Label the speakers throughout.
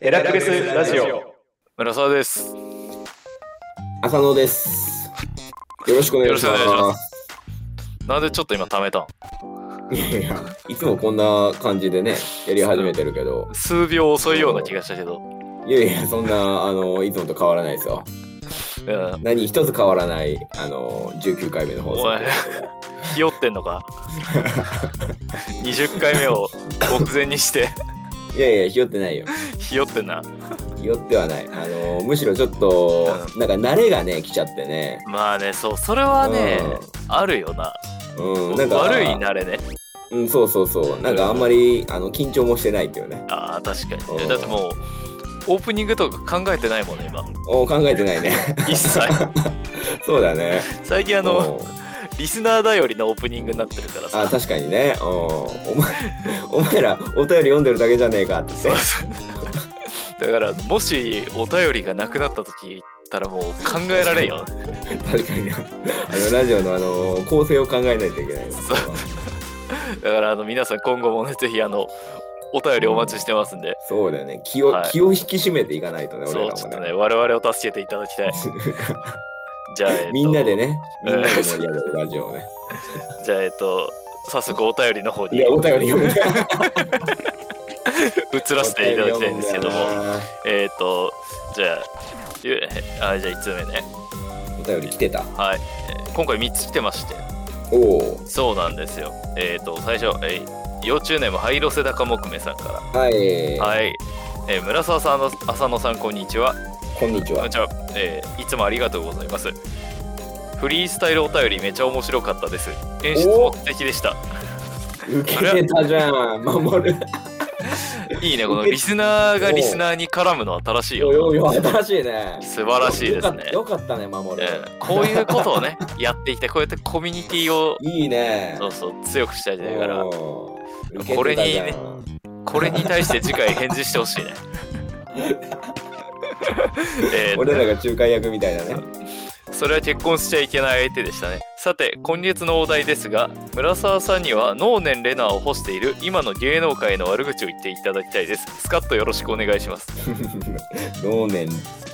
Speaker 1: エラクレスラジオ。
Speaker 2: 村沢です。
Speaker 3: 浅野です。よろしくお願いし
Speaker 2: よろしくお願いしま
Speaker 3: ます。
Speaker 2: なんでちょっと今貯めたん
Speaker 3: いやいや、いつもこんな感じでね、やり始めてるけど、
Speaker 2: 数秒遅いような気がしたけど。
Speaker 3: いやいや、そんな、あの、いつもと変わらないですよ。
Speaker 2: いや
Speaker 3: 何一つ変わらない、あの、19回目の放
Speaker 2: お
Speaker 3: 送
Speaker 2: 前、ひよってんの か ?20 回目を目前にして、
Speaker 3: いやいや、ひよってないよ。
Speaker 2: ひよってんな。
Speaker 3: ひよってはない。あの、むしろちょっと、なんか慣れがね、来ちゃってね。
Speaker 2: まあね、そう、それはね、あるよな。
Speaker 3: うん、うん、なんか、
Speaker 2: 悪い。慣れね。
Speaker 3: うん、そうそうそう。なんかあんまり、あの、緊張もしてないっていうね。
Speaker 2: ああ、確かに
Speaker 3: う
Speaker 2: ね。
Speaker 3: ん
Speaker 2: だってもう、オープニングとか考えてないもんね、 今。
Speaker 3: お考えてないね。
Speaker 2: 一切。
Speaker 3: そうだね。
Speaker 2: 最近あの、
Speaker 3: うん
Speaker 2: リスナー頼りのオープニングになってるからさ。
Speaker 3: あ確かにね、うん、お前お前らお便り読んでるだけじゃねえかって
Speaker 2: そうそうだから、もしお便りがなくなった時言ったらもう考えられんよ。
Speaker 3: 確かになあのラジオのあの構成を考えないといけないです
Speaker 2: そうだからあの皆さん今後もねぜひあのお便りお待ちしてますんで、
Speaker 3: そうだよね気を、
Speaker 2: はい
Speaker 3: 気を引き締めていかないとね俺
Speaker 2: そう
Speaker 3: ら
Speaker 2: ちょ
Speaker 3: も
Speaker 2: っと
Speaker 3: ね
Speaker 2: ね我々を助けていただ きたいじゃあ、えっと
Speaker 3: みんなでね
Speaker 2: え
Speaker 3: み
Speaker 2: っ
Speaker 3: ん
Speaker 2: と
Speaker 3: なで盛り上げるラジオをね
Speaker 2: じゃあえっと早速お便りの方
Speaker 3: い
Speaker 2: に
Speaker 3: やお便り読んで
Speaker 2: 移らせていただきたいんですけども
Speaker 3: お
Speaker 2: えっとじゃあゆあじゃあ1通目ね
Speaker 3: 便り来てた
Speaker 2: はい、えー今回3つ来てまして
Speaker 3: おお
Speaker 2: そうなんですよえっ、と最初、えー、幼虫ネーム灰色セダカ木目さんか
Speaker 3: はい、
Speaker 2: らはい、えー村沢さんの浅野さんこんにちは
Speaker 3: こんにち
Speaker 2: こん
Speaker 3: は
Speaker 2: にちは、えーいつもありがとうございます。フリースタイルお便りめちゃ面白かったです。演出も素敵でした。
Speaker 3: 受けてたじゃん守る
Speaker 2: いいね、このリスナーがリスナーに絡むのは新しい
Speaker 3: おいおい
Speaker 2: よ。
Speaker 3: おい新しいね
Speaker 2: 素晴らしいですね。
Speaker 3: よかったよかったね守る、
Speaker 2: えーこういうことをね、やっていきたい。こうやってコミュニティを
Speaker 3: いいね
Speaker 2: そうそう強くしたいだから、
Speaker 3: うん
Speaker 2: これにね
Speaker 3: 受けてたじゃん
Speaker 2: これに対して次回返事してほし いね。えー
Speaker 3: 俺らが仲介役みたいなね。
Speaker 2: それは結婚しちゃいけない相手でしたねさて今月のお題ですが村沢さんには能年レナーを干している今の芸能界の悪口を言っていただきたいですスカッとよろしくお願いします
Speaker 3: 能年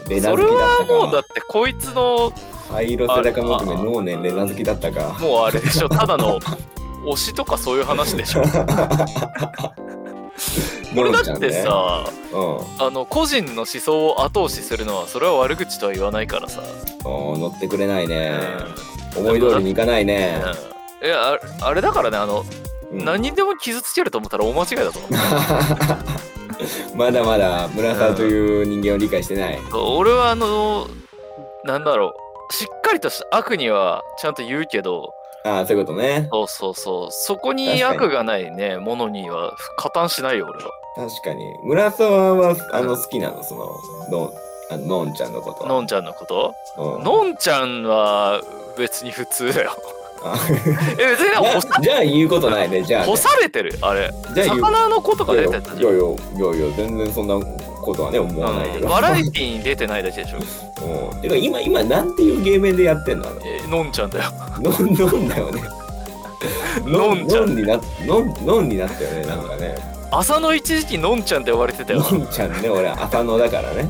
Speaker 3: レ
Speaker 2: そ
Speaker 3: ナ好き
Speaker 2: れ
Speaker 3: だ
Speaker 2: は
Speaker 3: った
Speaker 2: もうだっ
Speaker 3: か。
Speaker 2: てこいつの
Speaker 3: 灰色背中
Speaker 2: あ
Speaker 3: 木
Speaker 2: あ
Speaker 3: 目能年レナ好きだったか。
Speaker 2: もうあれでしょただの推しとかそういう話でし ょこれ
Speaker 3: のん
Speaker 2: だっ
Speaker 3: ね
Speaker 2: てさ、
Speaker 3: うん。
Speaker 2: あの個人の思想を後押しするのはそれは悪口とは言わないからさ、
Speaker 3: おー乗ってくれないね。
Speaker 2: う
Speaker 3: 思い通りにいかないね
Speaker 2: ん。いやああれだからねあの、
Speaker 3: うん
Speaker 2: 何にでも傷つけると思ったら大間違いだと思う
Speaker 3: まだまだ村沢という人間を理解してない。
Speaker 2: 俺はあのなんだろうしっかりとした悪にはちゃんと言うけど
Speaker 3: ああ、そういうことね。
Speaker 2: そうそうそうそこに
Speaker 3: 確かに
Speaker 2: 悪がないねものには加担しないよ俺は
Speaker 3: 確かに。村沢はあの好きなの、その、のあののんちゃんのこ
Speaker 2: のんちゃんのこと
Speaker 3: と。うん
Speaker 2: のんちゃんは別に普通 だよ
Speaker 3: あ
Speaker 2: え別に干さ
Speaker 3: じゃあ言うことないね。じゃあね、
Speaker 2: 干されてるあれ
Speaker 3: じゃあ言う
Speaker 2: 魚の子とか出てた
Speaker 3: い
Speaker 2: じゃ
Speaker 3: や
Speaker 2: ん
Speaker 3: いやいやいや全然そんなことはね思わないけ
Speaker 2: うん
Speaker 3: ど、
Speaker 2: バラエティに出てないだけでしょ。
Speaker 3: うんてか今今なんていう芸名でやってんのあれ
Speaker 2: えのんちゃんだよ。
Speaker 3: のんのんだよ ね
Speaker 2: のんちゃん
Speaker 3: のんになのんのんになったよねなんかね
Speaker 2: 朝の一時期のんちゃんって呼ばれてた よ。
Speaker 3: のんちゃんね俺浅野だからね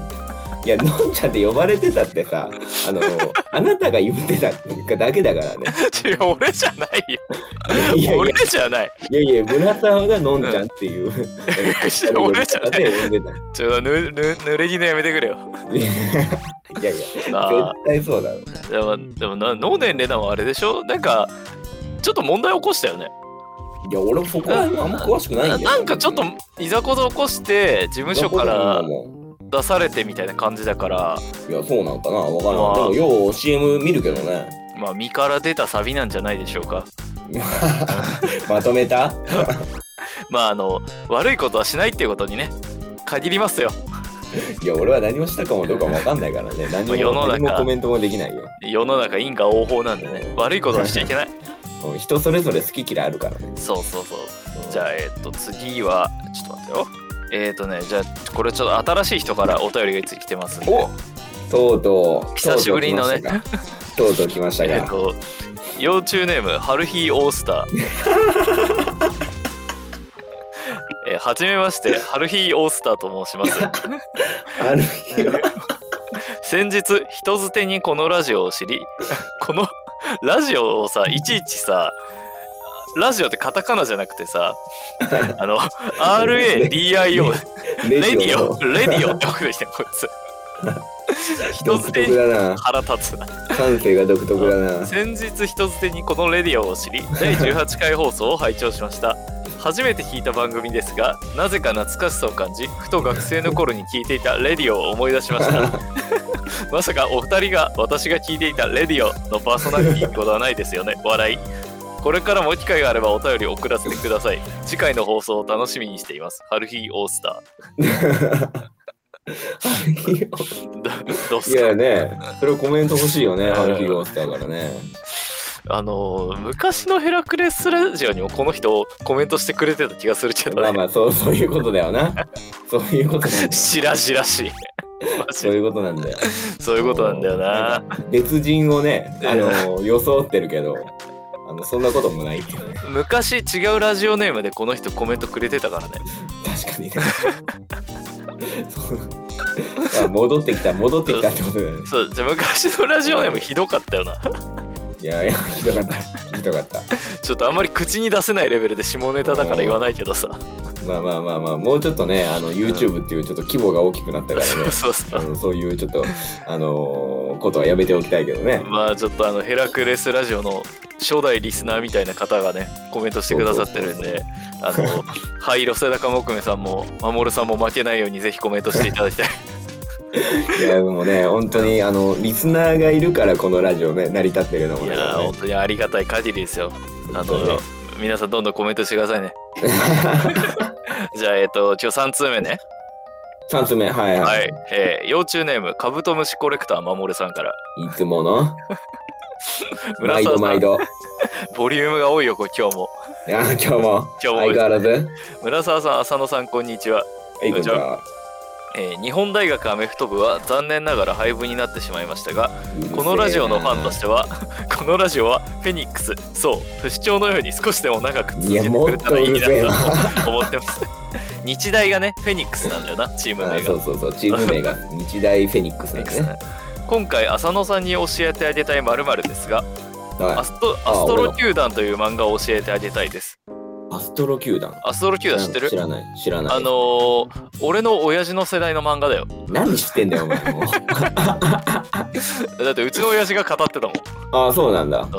Speaker 3: いやのんちゃんって呼ばれてたってさあのあなたが言ってただけだからね
Speaker 2: 違う俺じゃないよ。
Speaker 3: いやいや
Speaker 2: 俺じゃない。
Speaker 3: いやいや村沢がのんちゃんっていう、
Speaker 2: 俺じゃない。
Speaker 3: で呼んでた
Speaker 2: ちょっとぬぬ濡れ着のやめてくれよ。
Speaker 3: いやいや絶
Speaker 2: あ
Speaker 3: 対そうだろ
Speaker 2: あでもでもな能年レナはあれでしょなんかちょっと問題起こしたよね。
Speaker 3: いや俺そこはあんま詳しくないんだ
Speaker 2: な
Speaker 3: よ
Speaker 2: なんかちょっといざこざ起こして事務所から
Speaker 3: い
Speaker 2: 出されてみたいな感じだから
Speaker 3: やそうなんかなわからん、
Speaker 2: まあ
Speaker 3: でもよう CM 見るけどね
Speaker 2: まあ身から出たサビなんじゃないでしょうか。
Speaker 3: まとめた
Speaker 2: まああの悪いことはしないっていうことにね限りますよ。
Speaker 3: いや俺は何をしたかもどうかもわかんな いからね何も
Speaker 2: 世の中
Speaker 3: 何もコメントもできないよ
Speaker 2: 世の中因果応報なんでね悪いことはしちゃいけない。
Speaker 3: うん人それぞれ好き嫌いあるからね
Speaker 2: そうそうそう。じゃあ、えっ、と、次は、ちょっと待ってよ。えっ、とね、じゃあ、これちょっと新しい人からお便りがいつ来てますんで。
Speaker 3: おとうとう
Speaker 2: 久しぶりのね
Speaker 3: とうとう来ました
Speaker 2: えっ、
Speaker 3: がとうとう来ま
Speaker 2: と、
Speaker 3: し
Speaker 2: 幼虫ネーム、ハルヒーオースター。えーはじめまして、ハルヒーオースターと申します。
Speaker 3: ある日は
Speaker 2: 先日人づてにこのラジオを知りこのラジオをさいちいちさラジオってカタカナじゃなくてさあの RADIO
Speaker 3: レ
Speaker 2: レデ
Speaker 3: ディ
Speaker 2: ィ
Speaker 3: オ
Speaker 2: オレディオってことでしたこいつ人
Speaker 3: 独
Speaker 2: づ
Speaker 3: 特
Speaker 2: てに
Speaker 3: だな
Speaker 2: 腹立つな
Speaker 3: 感性が独特だ な
Speaker 2: 先日人づてにこのレディオを 知り第18回放送を拝聴しました初めて聞いた番組ですがなぜか懐かしさを感じふと学生の頃に聞いていたレディオを思い出しました まさかお二人が私が聞いていたレディオのパーソナリティってことはないですよね笑いこれからも機会があればお便り送らせてください次回の放送を楽しみにしていますハルヒーオースターどどうっ
Speaker 3: い
Speaker 2: すか
Speaker 3: やねそれをコメント欲しいよね
Speaker 2: うん
Speaker 3: ハルキゴースターからね
Speaker 2: あのー昔のヘラクレスラジオにもこの人コメントしてくれてた気がするけどね、
Speaker 3: まあまあそう そういうことだよなそういうことなんだよ
Speaker 2: しらしらし い。マジ
Speaker 3: そう
Speaker 2: で
Speaker 3: いうことなんだよ
Speaker 2: そういうことなんだよな。
Speaker 3: 別人をねあの装ってるけどあのそんなこともないっていうね
Speaker 2: 昔違うラジオネームでこの人コメントくれてたからね。
Speaker 3: 確かにねそうあ戻ってきた戻ってきたってことだよね
Speaker 2: そう、じゃあ昔のラジオネームひどかったよな。
Speaker 3: いやいやひどかったひどかった
Speaker 2: ちょっとあんまり口に出せないレベルで下ネタだから言わないけどさ。
Speaker 3: まあまあまあまあもうちょっとねあの YouTube っていうちょっと規模が大きくなったからね
Speaker 2: そうそうそ
Speaker 3: あ
Speaker 2: う。
Speaker 3: のそういうちょっとあのことはやめておきたいけどね
Speaker 2: まあちょっとあのヘラクレスラジオの初代リスナーみたいな方がねコメントしてくださってるんであの灰色背中木目さんも守さんも負けないようにぜひコメントしていただきたい
Speaker 3: いやでもね本当にあのリスナーがいるからこのラジオね成り立ってるのも
Speaker 2: い
Speaker 3: ね
Speaker 2: やー本当にありがたい限りですよあの、皆さんどんどんコメントしてくださ いね。じゃあ、えっ、と、今日3通目ね。
Speaker 3: 3つ目はいは、
Speaker 2: はいい。えー、幼虫ネーム、カブトムシコレクターまもるさんから。
Speaker 3: い、つもの
Speaker 2: 村
Speaker 3: 毎
Speaker 2: 沢
Speaker 3: 度
Speaker 2: さ
Speaker 3: 毎
Speaker 2: ん、
Speaker 3: 度
Speaker 2: ボリュームが多いよ、これ今日も。
Speaker 3: いや今日も
Speaker 2: 今日
Speaker 3: 相変
Speaker 2: も。
Speaker 3: わらず
Speaker 2: 村沢さん、浅野さん、こんにちは。
Speaker 3: はいこんにちは
Speaker 2: えー日本大学アメフト部は残念ながら廃部になってしまいましたがこのラジオのファンとしては このラジオはフェニックスそう不死鳥のように少しでも長く続
Speaker 3: い
Speaker 2: け
Speaker 3: や
Speaker 2: て
Speaker 3: も
Speaker 2: く
Speaker 3: っ
Speaker 2: れた
Speaker 3: とう
Speaker 2: らいい
Speaker 3: る
Speaker 2: な
Speaker 3: せえな
Speaker 2: と思ってます 日大がねフェニックスなんだよなチーム
Speaker 3: あ
Speaker 2: 名が
Speaker 3: そうそうそうチーム名が日大フェニックスなんですね
Speaker 2: 今回浅野さんに教えてあげたい〇〇ですが、ア
Speaker 3: は
Speaker 2: スト
Speaker 3: あ
Speaker 2: アスト
Speaker 3: 俺
Speaker 2: ロ
Speaker 3: の
Speaker 2: 球団という漫画を教えてあげたいです。
Speaker 3: いアストロ球団
Speaker 2: アストロ球団知ってる
Speaker 3: 知らない知らない
Speaker 2: あのー、俺の親父の世代の漫画だよ。
Speaker 3: 何知ってんだよお前 もう
Speaker 2: だってうちの親父が語ってたもん。
Speaker 3: ああそうなんだ
Speaker 2: ん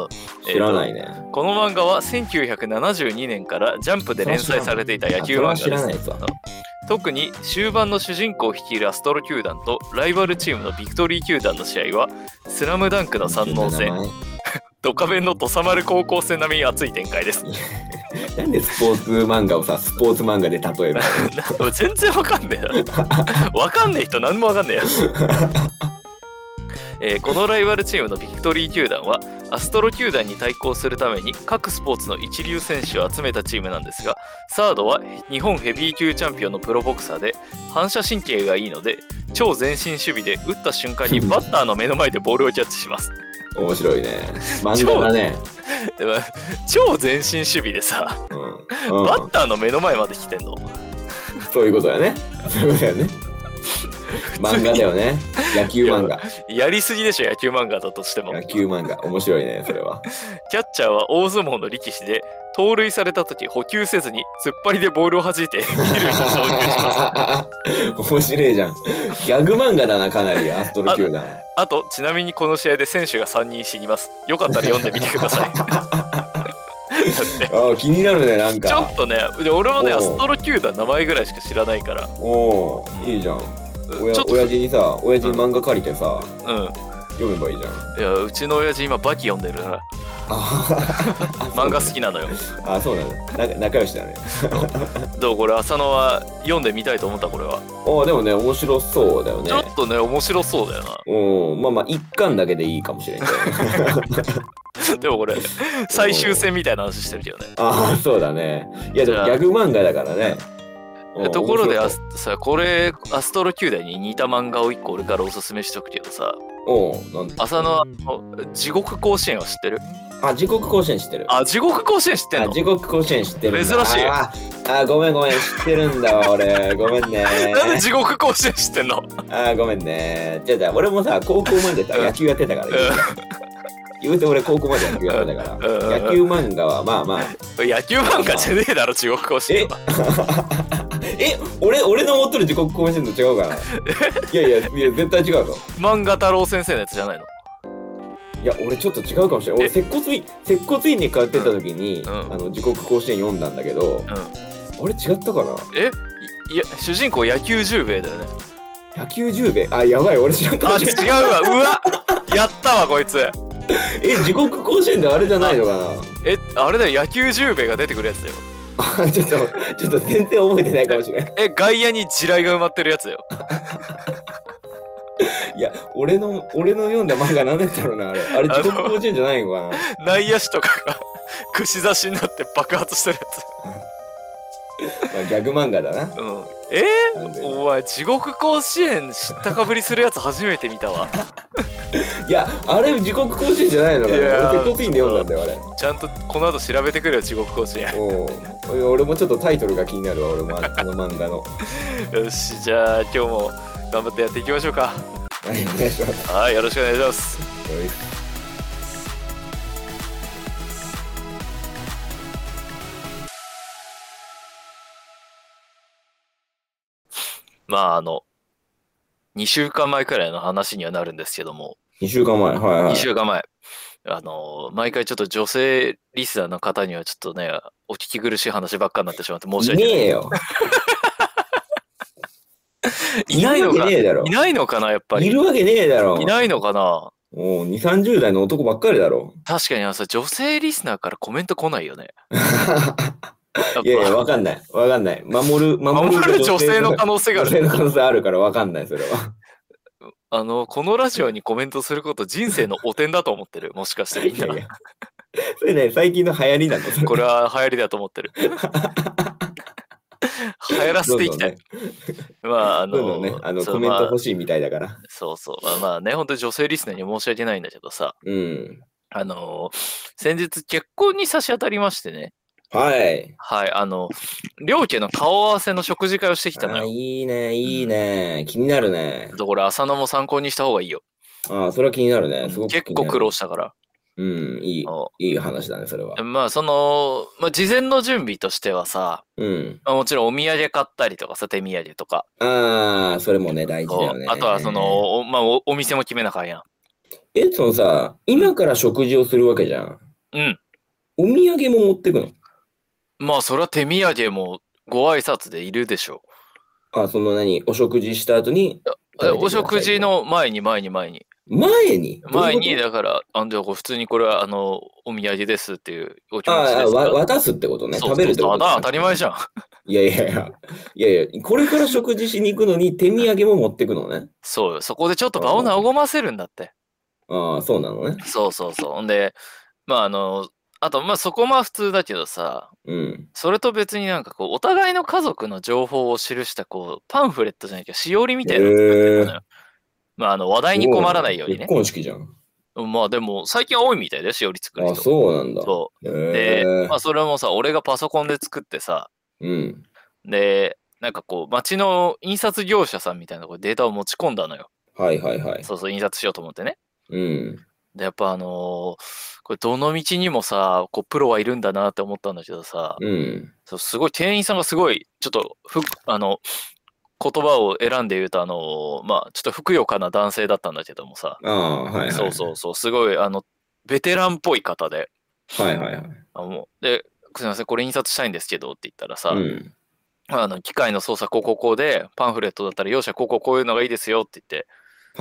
Speaker 3: 知らないね、
Speaker 2: この漫画は1972年からジャンプで連載されていた野球漫
Speaker 3: あそれは
Speaker 2: 画
Speaker 3: 知らな
Speaker 2: で
Speaker 3: い
Speaker 2: す。
Speaker 3: ですわ
Speaker 2: 特に終盤の主人公を率いるアストロ球団とライバルチームのビクトリー球団の試合は「スラムダンクの三能
Speaker 3: 名
Speaker 2: 戦
Speaker 3: 前
Speaker 2: ドカベンの土佐丸高校戦並みに熱い展開です。
Speaker 3: なんでスポーツ漫画をさスポーツ漫画で例えるの
Speaker 2: な全然わかんねえなわかんねえ人何もわかんねえよ、えーこのライバルチームのビクトリー球団はアストロ球団に対抗するために各スポーツの一流選手を集めたチームなんですがサードは日本ヘビー級チャンピオンのプロボクサーで反射神経がいいので超前進守備で打った瞬間にバッターの目の前でボールをキャッチします
Speaker 3: 面白いね漫画だね、
Speaker 2: でも超前進守備でさ
Speaker 3: うん
Speaker 2: バ
Speaker 3: う
Speaker 2: ッ
Speaker 3: ん、
Speaker 2: ターの目の前まで来てんの
Speaker 3: そういうことだよねそういうことだ よね漫画だよね野球漫画
Speaker 2: やりすぎでしょ野球漫画だとしても
Speaker 3: 野球漫画面白いねそれは
Speaker 2: キャッチャーは大相撲の力士で盗塁された時補給せずに突っ張りでボールを弾いて 二塁に送球します
Speaker 3: 面白いじゃんギャグ漫画だなかなりアストロ球団
Speaker 2: あとちなみにこの試合で選手が3人死にますよかったら読んでみてくだ さいだって
Speaker 3: ああ気になるねなん
Speaker 2: ちょ
Speaker 3: か
Speaker 2: っとねで俺もね
Speaker 3: おう
Speaker 2: アストロ球団名前ぐらいしか知らないから
Speaker 3: おおいいじゃん
Speaker 2: うん
Speaker 3: 親
Speaker 2: ちょっと
Speaker 3: 親父にさ親父に漫画借りてさ
Speaker 2: うん
Speaker 3: 読めばいいじゃん
Speaker 2: いやうちの親父今バキ読んでる な
Speaker 3: あ
Speaker 2: 漫画好きなのよ
Speaker 3: あそうなんだ仲仲良しだね
Speaker 2: どうこれ浅野は読んでみたいと思ったこれは、
Speaker 3: おーでもね面白そうだよね
Speaker 2: ちょっとね面白そうだよな
Speaker 3: うんまあまあ一巻だけでいいかもしれない
Speaker 2: でもこ れ最終戦みたいな話してるけどね
Speaker 3: ああそうだねいやでも
Speaker 2: じゃあ
Speaker 3: ギャグ漫画だからねうん
Speaker 2: ところで
Speaker 3: 面
Speaker 2: あ
Speaker 3: 白そう
Speaker 2: さこれアストロ Q 代に似た漫画を1個俺からおすすめしとくけどさ
Speaker 3: うんなん
Speaker 2: 浅野あの地獄甲子園は知ってる
Speaker 3: あ地獄甲子園知ってる
Speaker 2: あ地獄甲子園知ってん
Speaker 3: あ
Speaker 2: の
Speaker 3: 地獄甲子園知ってるんだ
Speaker 2: 珍しい
Speaker 3: あーあーごめんごめん知ってるん だわ俺ごめんね
Speaker 2: なんで地獄甲子園知ってんの
Speaker 3: あーごめんねじゃあじゃあ俺もさ高校までさ
Speaker 2: うん
Speaker 3: 野球やってたから言うて俺高校まで野球やってたか
Speaker 2: うんう
Speaker 3: ら
Speaker 2: ん
Speaker 3: 野球漫画はまあまあ
Speaker 2: 野球漫画じゃねえだろ地獄甲子園は
Speaker 3: え俺俺の持ってる時刻更新と違 うかないやいやいや絶対違うぞ
Speaker 2: 漫画太郎先生のやつじゃないの
Speaker 3: いや俺ちょっと違うかもしれない俺
Speaker 2: え
Speaker 3: 接骨院接骨院に通ってた時に、
Speaker 2: うんうん
Speaker 3: あの時刻更新読んだんだけど、あれ違ったかな
Speaker 2: えいいや主人公野球十兵衛だよね
Speaker 3: 野球十兵衛あやばい俺知らんか
Speaker 2: あ
Speaker 3: もし
Speaker 2: 違
Speaker 3: れないう
Speaker 2: わうわやったわこいつ
Speaker 3: え時刻更新であれじゃないのかな
Speaker 2: えあれだよ野球十兵衛が出てくるやつだよ
Speaker 3: あちょっとちょっと全然覚えてないかもしれない
Speaker 2: え外野に地雷が埋まってるやつだよ
Speaker 3: いや俺の俺の読んだ漫画何だったろうなあれあれ時刻更新じゃないのかな
Speaker 2: 内野手とかが 串刺しになって爆発してるや
Speaker 3: まあ、ギャグ漫画だな
Speaker 2: つうんえ
Speaker 3: なんで
Speaker 2: ー、お前地獄甲子園知ったかぶりするやつ初めて見たわ
Speaker 3: いやあれ時刻更新じゃないのか
Speaker 2: いやー
Speaker 3: な俺接骨院で読んだんだよあれ
Speaker 2: ちゃんとこの後調べてくれよ地獄甲子園
Speaker 3: おう俺もちょっとタイトルが気になるわ俺もああの漫画の
Speaker 2: よしじゃあ今日も頑張ってやっていきましょうか
Speaker 3: はいお願いします
Speaker 2: はいよろしくお願いします
Speaker 3: はい
Speaker 2: まああの2週間前くらいの話にはなるんですけども、
Speaker 3: 2週間前はいは
Speaker 2: 2
Speaker 3: い
Speaker 2: 週間前あの毎回ちょっと女性リスナーの方にはちょっとねお聞き苦しい話ばっかになってしまって申し
Speaker 3: い
Speaker 2: 訳
Speaker 3: ね
Speaker 2: ない、
Speaker 3: えよ
Speaker 2: いないの
Speaker 3: るわ
Speaker 2: か
Speaker 3: けねえだろ
Speaker 2: いないのかなやっぱり
Speaker 3: いるわけねえだろ
Speaker 2: いないのかな
Speaker 3: もう2 3 0代の男ばっかりだろ
Speaker 2: 確かにあのさ女性リスナーからコメント来ないよ ねやっぱ
Speaker 3: いや いやわかんないわかんない守る
Speaker 2: 守る女性の可
Speaker 3: 能
Speaker 2: 能性
Speaker 3: 性
Speaker 2: があ
Speaker 3: 女性
Speaker 2: る
Speaker 3: の可能性あるからわかんないそれは
Speaker 2: あのこのラジオにコメントすること人生の汚点だと思って るもしかしてみ
Speaker 3: いや
Speaker 2: ん
Speaker 3: い
Speaker 2: な
Speaker 3: やそれね最近の流行りなのそれ
Speaker 2: これは流行りだと思って る流行らせていきたい、まああ
Speaker 3: どんど
Speaker 2: の
Speaker 3: んねどんどんねあの
Speaker 2: そ
Speaker 3: コ
Speaker 2: う
Speaker 3: メン
Speaker 2: ま
Speaker 3: ト
Speaker 2: あ
Speaker 3: 欲しいみたいだから
Speaker 2: そうそう。まあまあね、本当に女性リスナーに申し訳ないんだけどさ、
Speaker 3: うん
Speaker 2: あの先日結婚に差し当たりましてね、
Speaker 3: はい
Speaker 2: はい、あの、両家の顔合わせの食事会をしてきたの
Speaker 3: あ
Speaker 2: よ。
Speaker 3: いいねいいね気になるね
Speaker 2: だから浅野も参考にした方がいいよ。
Speaker 3: ああそれは気になるねすごく気になる
Speaker 2: 結構苦労したから。
Speaker 3: うんいい
Speaker 2: そ
Speaker 3: いい話だねそれは
Speaker 2: うまあその、まあ事前の準備としてはさ、
Speaker 3: うん
Speaker 2: まあもちろんお土産買ったりとかさ、手土産とか、
Speaker 3: ああそれもね大事だ
Speaker 2: そ
Speaker 3: よ
Speaker 2: う
Speaker 3: ね
Speaker 2: あとはその、おまあおお店も決めなあかんやん。
Speaker 3: えそのさ今から食事をするわけじゃん
Speaker 2: うん。
Speaker 3: お土産も持ってくの
Speaker 2: まあそれは手土産もご挨拶でいるでしょ
Speaker 3: あその何お食事した後に
Speaker 2: う。お食事の前に前に前に。
Speaker 3: 前に
Speaker 2: 前に、
Speaker 3: だ
Speaker 2: だから、あの、じゃあこう普通にこれは、あの、お土産ですっていうお気持ちです
Speaker 3: あ
Speaker 2: か
Speaker 3: あ
Speaker 2: ら。
Speaker 3: わ渡すってことね
Speaker 2: そう
Speaker 3: 食べるって
Speaker 2: そうそ
Speaker 3: こ
Speaker 2: う
Speaker 3: と
Speaker 2: あ当たり前じゃん。
Speaker 3: いやいやいやいやいやこれから食事しに行くのに手土産も持ってくのね
Speaker 2: そうよ。そこでちょっと場を和ませるんだって。
Speaker 3: ああそうなのね
Speaker 2: そうそうそう。ほんで、まああの、あと、まあそこまあ普通だけどさ、
Speaker 3: うん
Speaker 2: それと別になんかこう、お互いの家族の情報を記したこう、パンフレットじゃないけど、しおりみたいなの作ってるのよ。まああの、話題に困らないようにね
Speaker 3: 結。婚式じゃん
Speaker 2: まあでも、最近は多いみたいだよ、しおり作る
Speaker 3: あ
Speaker 2: 人。
Speaker 3: そうなんだ
Speaker 2: そ
Speaker 3: へ
Speaker 2: う。で、
Speaker 3: ー
Speaker 2: まあそれもさ、俺がパソコンで作ってさ、
Speaker 3: うん
Speaker 2: で、なんかこう、町の印刷業者さんみたいなとこにデータを持ち込んだのよ。
Speaker 3: はいはいはい
Speaker 2: そうそう、印刷しようと思ってね。
Speaker 3: うん
Speaker 2: で、やっぱあのーこれどの道にもさ、こう、プロはいるんだなって思ったんだけどさ、
Speaker 3: うん
Speaker 2: そうすごい店員さんがすごい、ちょっとふ、あの、言葉を選んで言うと、あのーまあ、ちょっとふくよかな男性だったんだけどもさ、
Speaker 3: ああはいはい
Speaker 2: そうそうそう、すごい、あの、ベテランっぽい方で、
Speaker 3: はいはいはい
Speaker 2: あもう、で、すみません、これ印刷したいんですけどって言ったらさ、
Speaker 3: うん
Speaker 2: あの機械の操作こうこうこうでパンフレットだったら容赦こうこうこういうのがいいですよって言って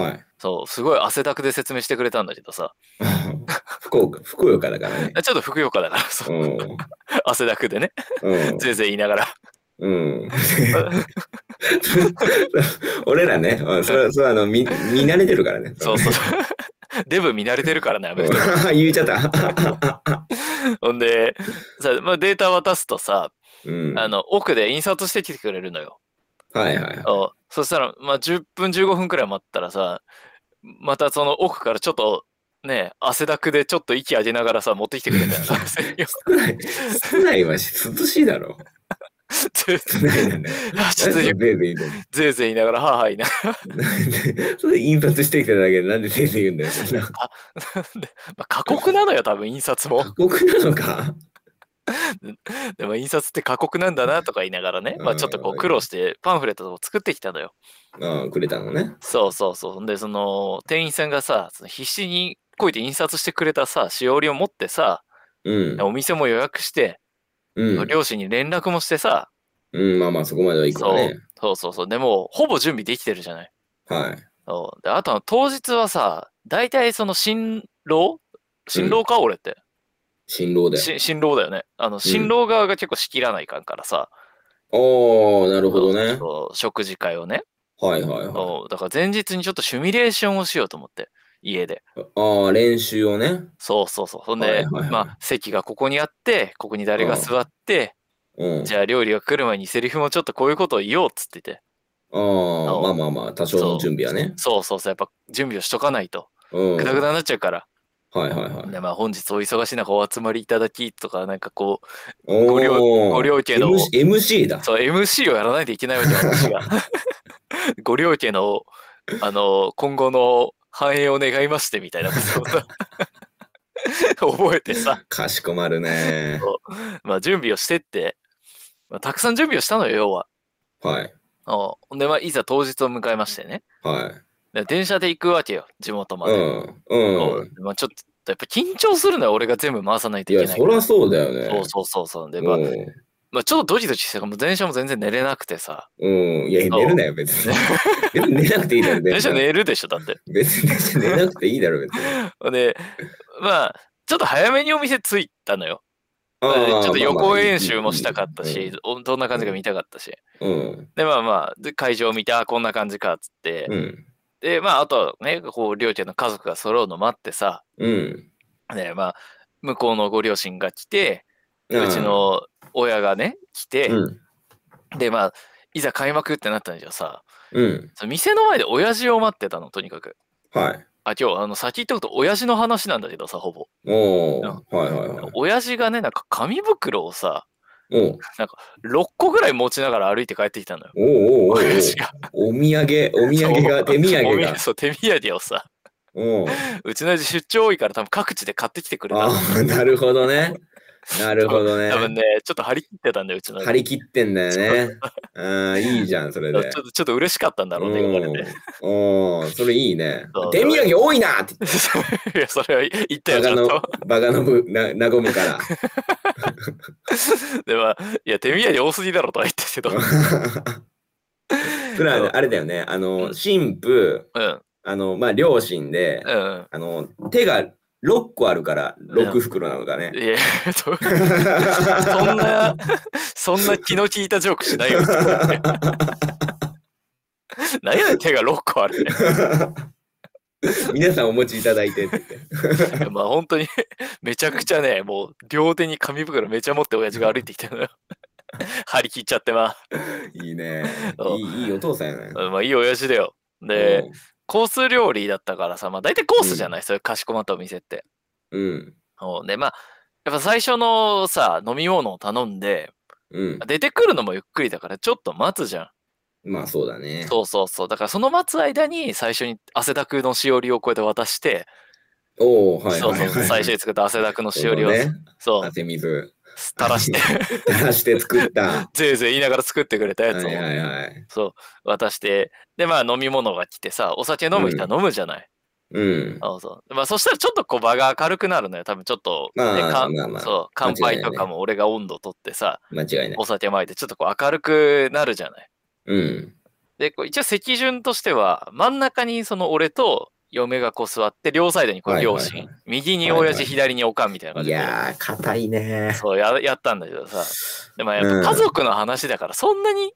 Speaker 3: はい
Speaker 2: そうすごい汗だくで説明してくれたんだけどさ
Speaker 3: 福岡福岡だからね
Speaker 2: ちょっとふくよかだからそう
Speaker 3: うん
Speaker 2: 汗だくでね
Speaker 3: うん
Speaker 2: 全然言いながら
Speaker 3: うん。 俺らね、うんそれ、それあの、見、見慣れてるからね。
Speaker 2: そう そうデブ見慣れてるからねあの人
Speaker 3: うん言っちゃった。
Speaker 2: ほんでさ、まあ、データ渡すとさ
Speaker 3: うん。
Speaker 2: あの奥で印刷してきてくれるのよ。
Speaker 3: はいはいはい。
Speaker 2: おそしたら、まあ、10分15分くらい待ったらさまたその奥からちょっとね汗だくでちょっと息上げながらさ持ってきてくれ たよ
Speaker 3: 少ない、少ないはし涼しいだろ。少ないなんだよ。
Speaker 2: ちょっと
Speaker 3: なんで全部言うんだよ
Speaker 2: ぜいぜい言いながらはあはあ言いなが
Speaker 3: なんでそれ印刷してきただけでなんで全部言うんだよ。そんな
Speaker 2: ら、まあ、過酷なのよ多分印刷 も
Speaker 3: 過酷なのか
Speaker 2: でも印刷って過酷なんだなとか言いながらね、まあ、ちょっとこう苦労してパンフレットを作ってきたのよ
Speaker 3: ああ、くれたのね。
Speaker 2: そうそうそうほんでその店員さんがさその必死にこいて印刷してくれたさしおりを持ってさ
Speaker 3: うん。
Speaker 2: お店も予約して
Speaker 3: うん。
Speaker 2: 両親に連絡もしてさ、
Speaker 3: うん、まあまあそこまではいくわね。
Speaker 2: そうそうそう。でも、ほぼ準備できてるじゃない。
Speaker 3: はい。
Speaker 2: そうであとは当日はさ、大体その新郎新郎か、俺って。
Speaker 3: 新郎だよ。
Speaker 2: し新郎だよね。あの、新郎側が結構仕切らないかんからさ。
Speaker 3: おー、なるほどね。
Speaker 2: そう食事会をね、
Speaker 3: はいはいは
Speaker 2: そうだから前日にちょっとシミュレーションをしようと思って、家で。
Speaker 3: い。ああ、練習をね。
Speaker 2: そうそうそう。ほんで、
Speaker 3: はいはいはい
Speaker 2: まあ、席がここにあって、ここに誰が座って、
Speaker 3: うん。
Speaker 2: じゃあ料理が来る前にセリフもちょっとこういうことを言おうっつってて。
Speaker 3: ああ、まあまあまあ、多少の準備はね。
Speaker 2: そうそうそう。やっぱ準備をしとかないと。
Speaker 3: うん。
Speaker 2: グダグダになっちゃうから。
Speaker 3: はいはいはい。
Speaker 2: でまあ、本日お忙しい中お集まりいただきとか、なんかこう、
Speaker 3: お
Speaker 2: ご
Speaker 3: ー
Speaker 2: ご両家の
Speaker 3: MC MC だ。
Speaker 2: そう MC をやらないといけない わけよ、私が。ご両家の、あの、今後の繁栄を願いましてみたいなこと を覚えてさ、
Speaker 3: かしこま るね。
Speaker 2: まあ、準備をしてって、まあ、たくさん準備をしたのよ、要は。
Speaker 3: はい。
Speaker 2: おほんで、まあ、いざ当日を迎えましてね。
Speaker 3: はい。
Speaker 2: で電車で行くわけよ、地元ま
Speaker 3: う
Speaker 2: で。
Speaker 3: ん。うん。
Speaker 2: おまあ、ちょっと、やっぱ緊張するのよ、俺が全部回さないと
Speaker 3: い
Speaker 2: いけ
Speaker 3: や、
Speaker 2: ない
Speaker 3: そりゃそうだよね。
Speaker 2: そうそうそうそう。で、まあ、まあ、ちょっとドキドキして、もう電車も全然寝れなくてさ。
Speaker 3: うん。うん。いや、
Speaker 2: そう
Speaker 3: 寝るなよ、別 に。別に寝なくていいだろ、
Speaker 2: 電
Speaker 3: 別
Speaker 2: 車
Speaker 3: に。
Speaker 2: 寝るでしょ、だって。
Speaker 3: 別に電車寝なくていいだろ、別 に。
Speaker 2: で、まあ、ちょっと早めにお店着いたのよ。
Speaker 3: あ
Speaker 2: でちょっ
Speaker 3: ー
Speaker 2: と予
Speaker 3: まあま
Speaker 2: 行
Speaker 3: あ
Speaker 2: 演習もしたかった
Speaker 3: いいいい
Speaker 2: し、おどんな感じか見たかったし。
Speaker 3: うん。
Speaker 2: で、まあまあ、で会場を見て、あ、こんな感じかっつって。
Speaker 3: うん。
Speaker 2: で、まあ、あとはね、こう、両家の家族が揃うの待ってさ、
Speaker 3: うん。
Speaker 2: ね、まあ、向こうのご両親が来て、
Speaker 3: あー
Speaker 2: うち、の親がね、来て、
Speaker 3: うん。
Speaker 2: で、まあ、いざ開幕ってなったんじゃさ、
Speaker 3: うん。
Speaker 2: その店の前で親父を待ってたの、とにかく。
Speaker 3: はい。
Speaker 2: あ、今日、あの、先言ったこと、親父の話なんだけどさ、ほぼ。
Speaker 3: おー。
Speaker 2: な
Speaker 3: はいはいはい。
Speaker 2: 親父がね、なんか紙袋をさ、
Speaker 3: おう
Speaker 2: 6個ぐらい持ちながら歩いて帰ってきたのよ。
Speaker 3: おうおうおうお う
Speaker 2: 親父が。
Speaker 3: お土産、お土産
Speaker 2: そう
Speaker 3: が、手土
Speaker 2: お
Speaker 3: 産
Speaker 2: 土
Speaker 3: が
Speaker 2: 産。そう、手土産をさ、
Speaker 3: おう
Speaker 2: うちの親父出張多いから多分各地で買ってきてくれた
Speaker 3: あ
Speaker 2: の。
Speaker 3: あ、 なるほどね。なるほどね
Speaker 2: 多。分ね、ちょっと張り切ってたんだよ、うちの親
Speaker 3: 張
Speaker 2: 父。
Speaker 3: り切ってんだよね。ああ、いいじゃん、それ
Speaker 2: ちょっ
Speaker 3: で。
Speaker 2: とちょっと嬉しかったんだろうね、言われて。
Speaker 3: うんおーそれいいね
Speaker 2: そう。
Speaker 3: 手土産多いなっ て
Speaker 2: いや、それは言った
Speaker 3: バ
Speaker 2: よ、ち
Speaker 3: カ
Speaker 2: ゃん
Speaker 3: の
Speaker 2: と。、
Speaker 3: バカのぶ、な、なご むから。
Speaker 2: では、いや、手土産多すぎだろとは言ったけど。
Speaker 3: それはあれだよね。あの、新婦、
Speaker 2: うん、
Speaker 3: あの、まあ、両親で、
Speaker 2: うん。
Speaker 3: あの、手が6個あるから、6袋なのかね。
Speaker 2: いや、 そそんな、そんな気の利いたジョークしないよ。 何やねん、手が6個あるね。
Speaker 3: 皆さんお持ちいただいてって言って。
Speaker 2: いやまあ本当にめちゃくちゃね、もう両手に紙袋めちゃ持って親父が歩いてきたのよ。 張り切っちゃってま
Speaker 3: いいね
Speaker 2: そう。
Speaker 3: いい、いいお父さんやね。
Speaker 2: あ、まあいい親父だよ。で、コース料理だったからさ、まあ大体コースじゃない、そういうかしこまったお店って。
Speaker 3: うん、うん、
Speaker 2: おで、まあ、やっぱ最初のさ、飲み物を頼んで、
Speaker 3: うん。
Speaker 2: 出てくるのもゆっくりだからちょっと待つじゃ
Speaker 3: まあそうだね
Speaker 2: ん。。そうそうそう。だからその待つ間に最初に汗だくのしおりをこうやって渡して、
Speaker 3: おお、はい
Speaker 2: そ
Speaker 3: は
Speaker 2: う
Speaker 3: い
Speaker 2: そ
Speaker 3: は
Speaker 2: う
Speaker 3: い。
Speaker 2: そう、最初に作った汗だくのしおりを、
Speaker 3: そうね
Speaker 2: そう、
Speaker 3: 汗水
Speaker 2: 垂らして、
Speaker 3: 垂らして作った。は
Speaker 2: ぜいぜい言いながら作ってくれた
Speaker 3: い
Speaker 2: やつを。
Speaker 3: はいはい。
Speaker 2: そう、渡して、で、まあ飲み物が来てさ、お酒飲む人は飲むじゃない。
Speaker 3: うん。
Speaker 2: そうそう。まあそしたらちょっと小場が明るくなるのよ。多分ちょっと、ね
Speaker 3: まあ
Speaker 2: かん
Speaker 3: まあまあ
Speaker 2: そう、
Speaker 3: 間
Speaker 2: 乾
Speaker 3: 違いない
Speaker 2: 杯とかも俺が温度取ってさ、
Speaker 3: 間違いない
Speaker 2: お。酒巻いてちょっとこう明るくなるじゃない。
Speaker 3: うん。
Speaker 2: で、こう一応席順としては、真ん中にその俺と嫁がこう座って、両サイドにこう
Speaker 3: はい
Speaker 2: 両
Speaker 3: はいはい
Speaker 2: 親、右に親
Speaker 3: はいは
Speaker 2: 父、
Speaker 3: い
Speaker 2: 左におかんみたいな感
Speaker 3: い
Speaker 2: じで。
Speaker 3: やー、硬いね。
Speaker 2: そうややったんだけどさ。でもやっ
Speaker 3: うん
Speaker 2: ぱ家族の話だから、そんなに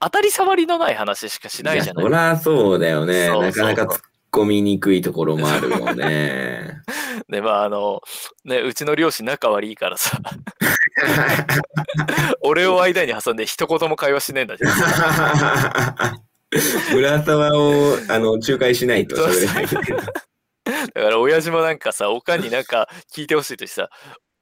Speaker 2: 当たり障りのない話しかしないじゃない
Speaker 3: やそりゃそうだよね。
Speaker 2: そう
Speaker 3: な
Speaker 2: そう
Speaker 3: かなか突っ込みにくいところもあるもん ね。
Speaker 2: でまああのねうちの両親仲悪いからさ
Speaker 3: は
Speaker 2: 俺を間に挟んで一言も会話しねえん だし。
Speaker 3: 村沢をあの仲介しないと喋れないみたい
Speaker 2: だ
Speaker 3: な
Speaker 2: から親父もなんかさ、おかんになんか聞いてほしいとしてさ、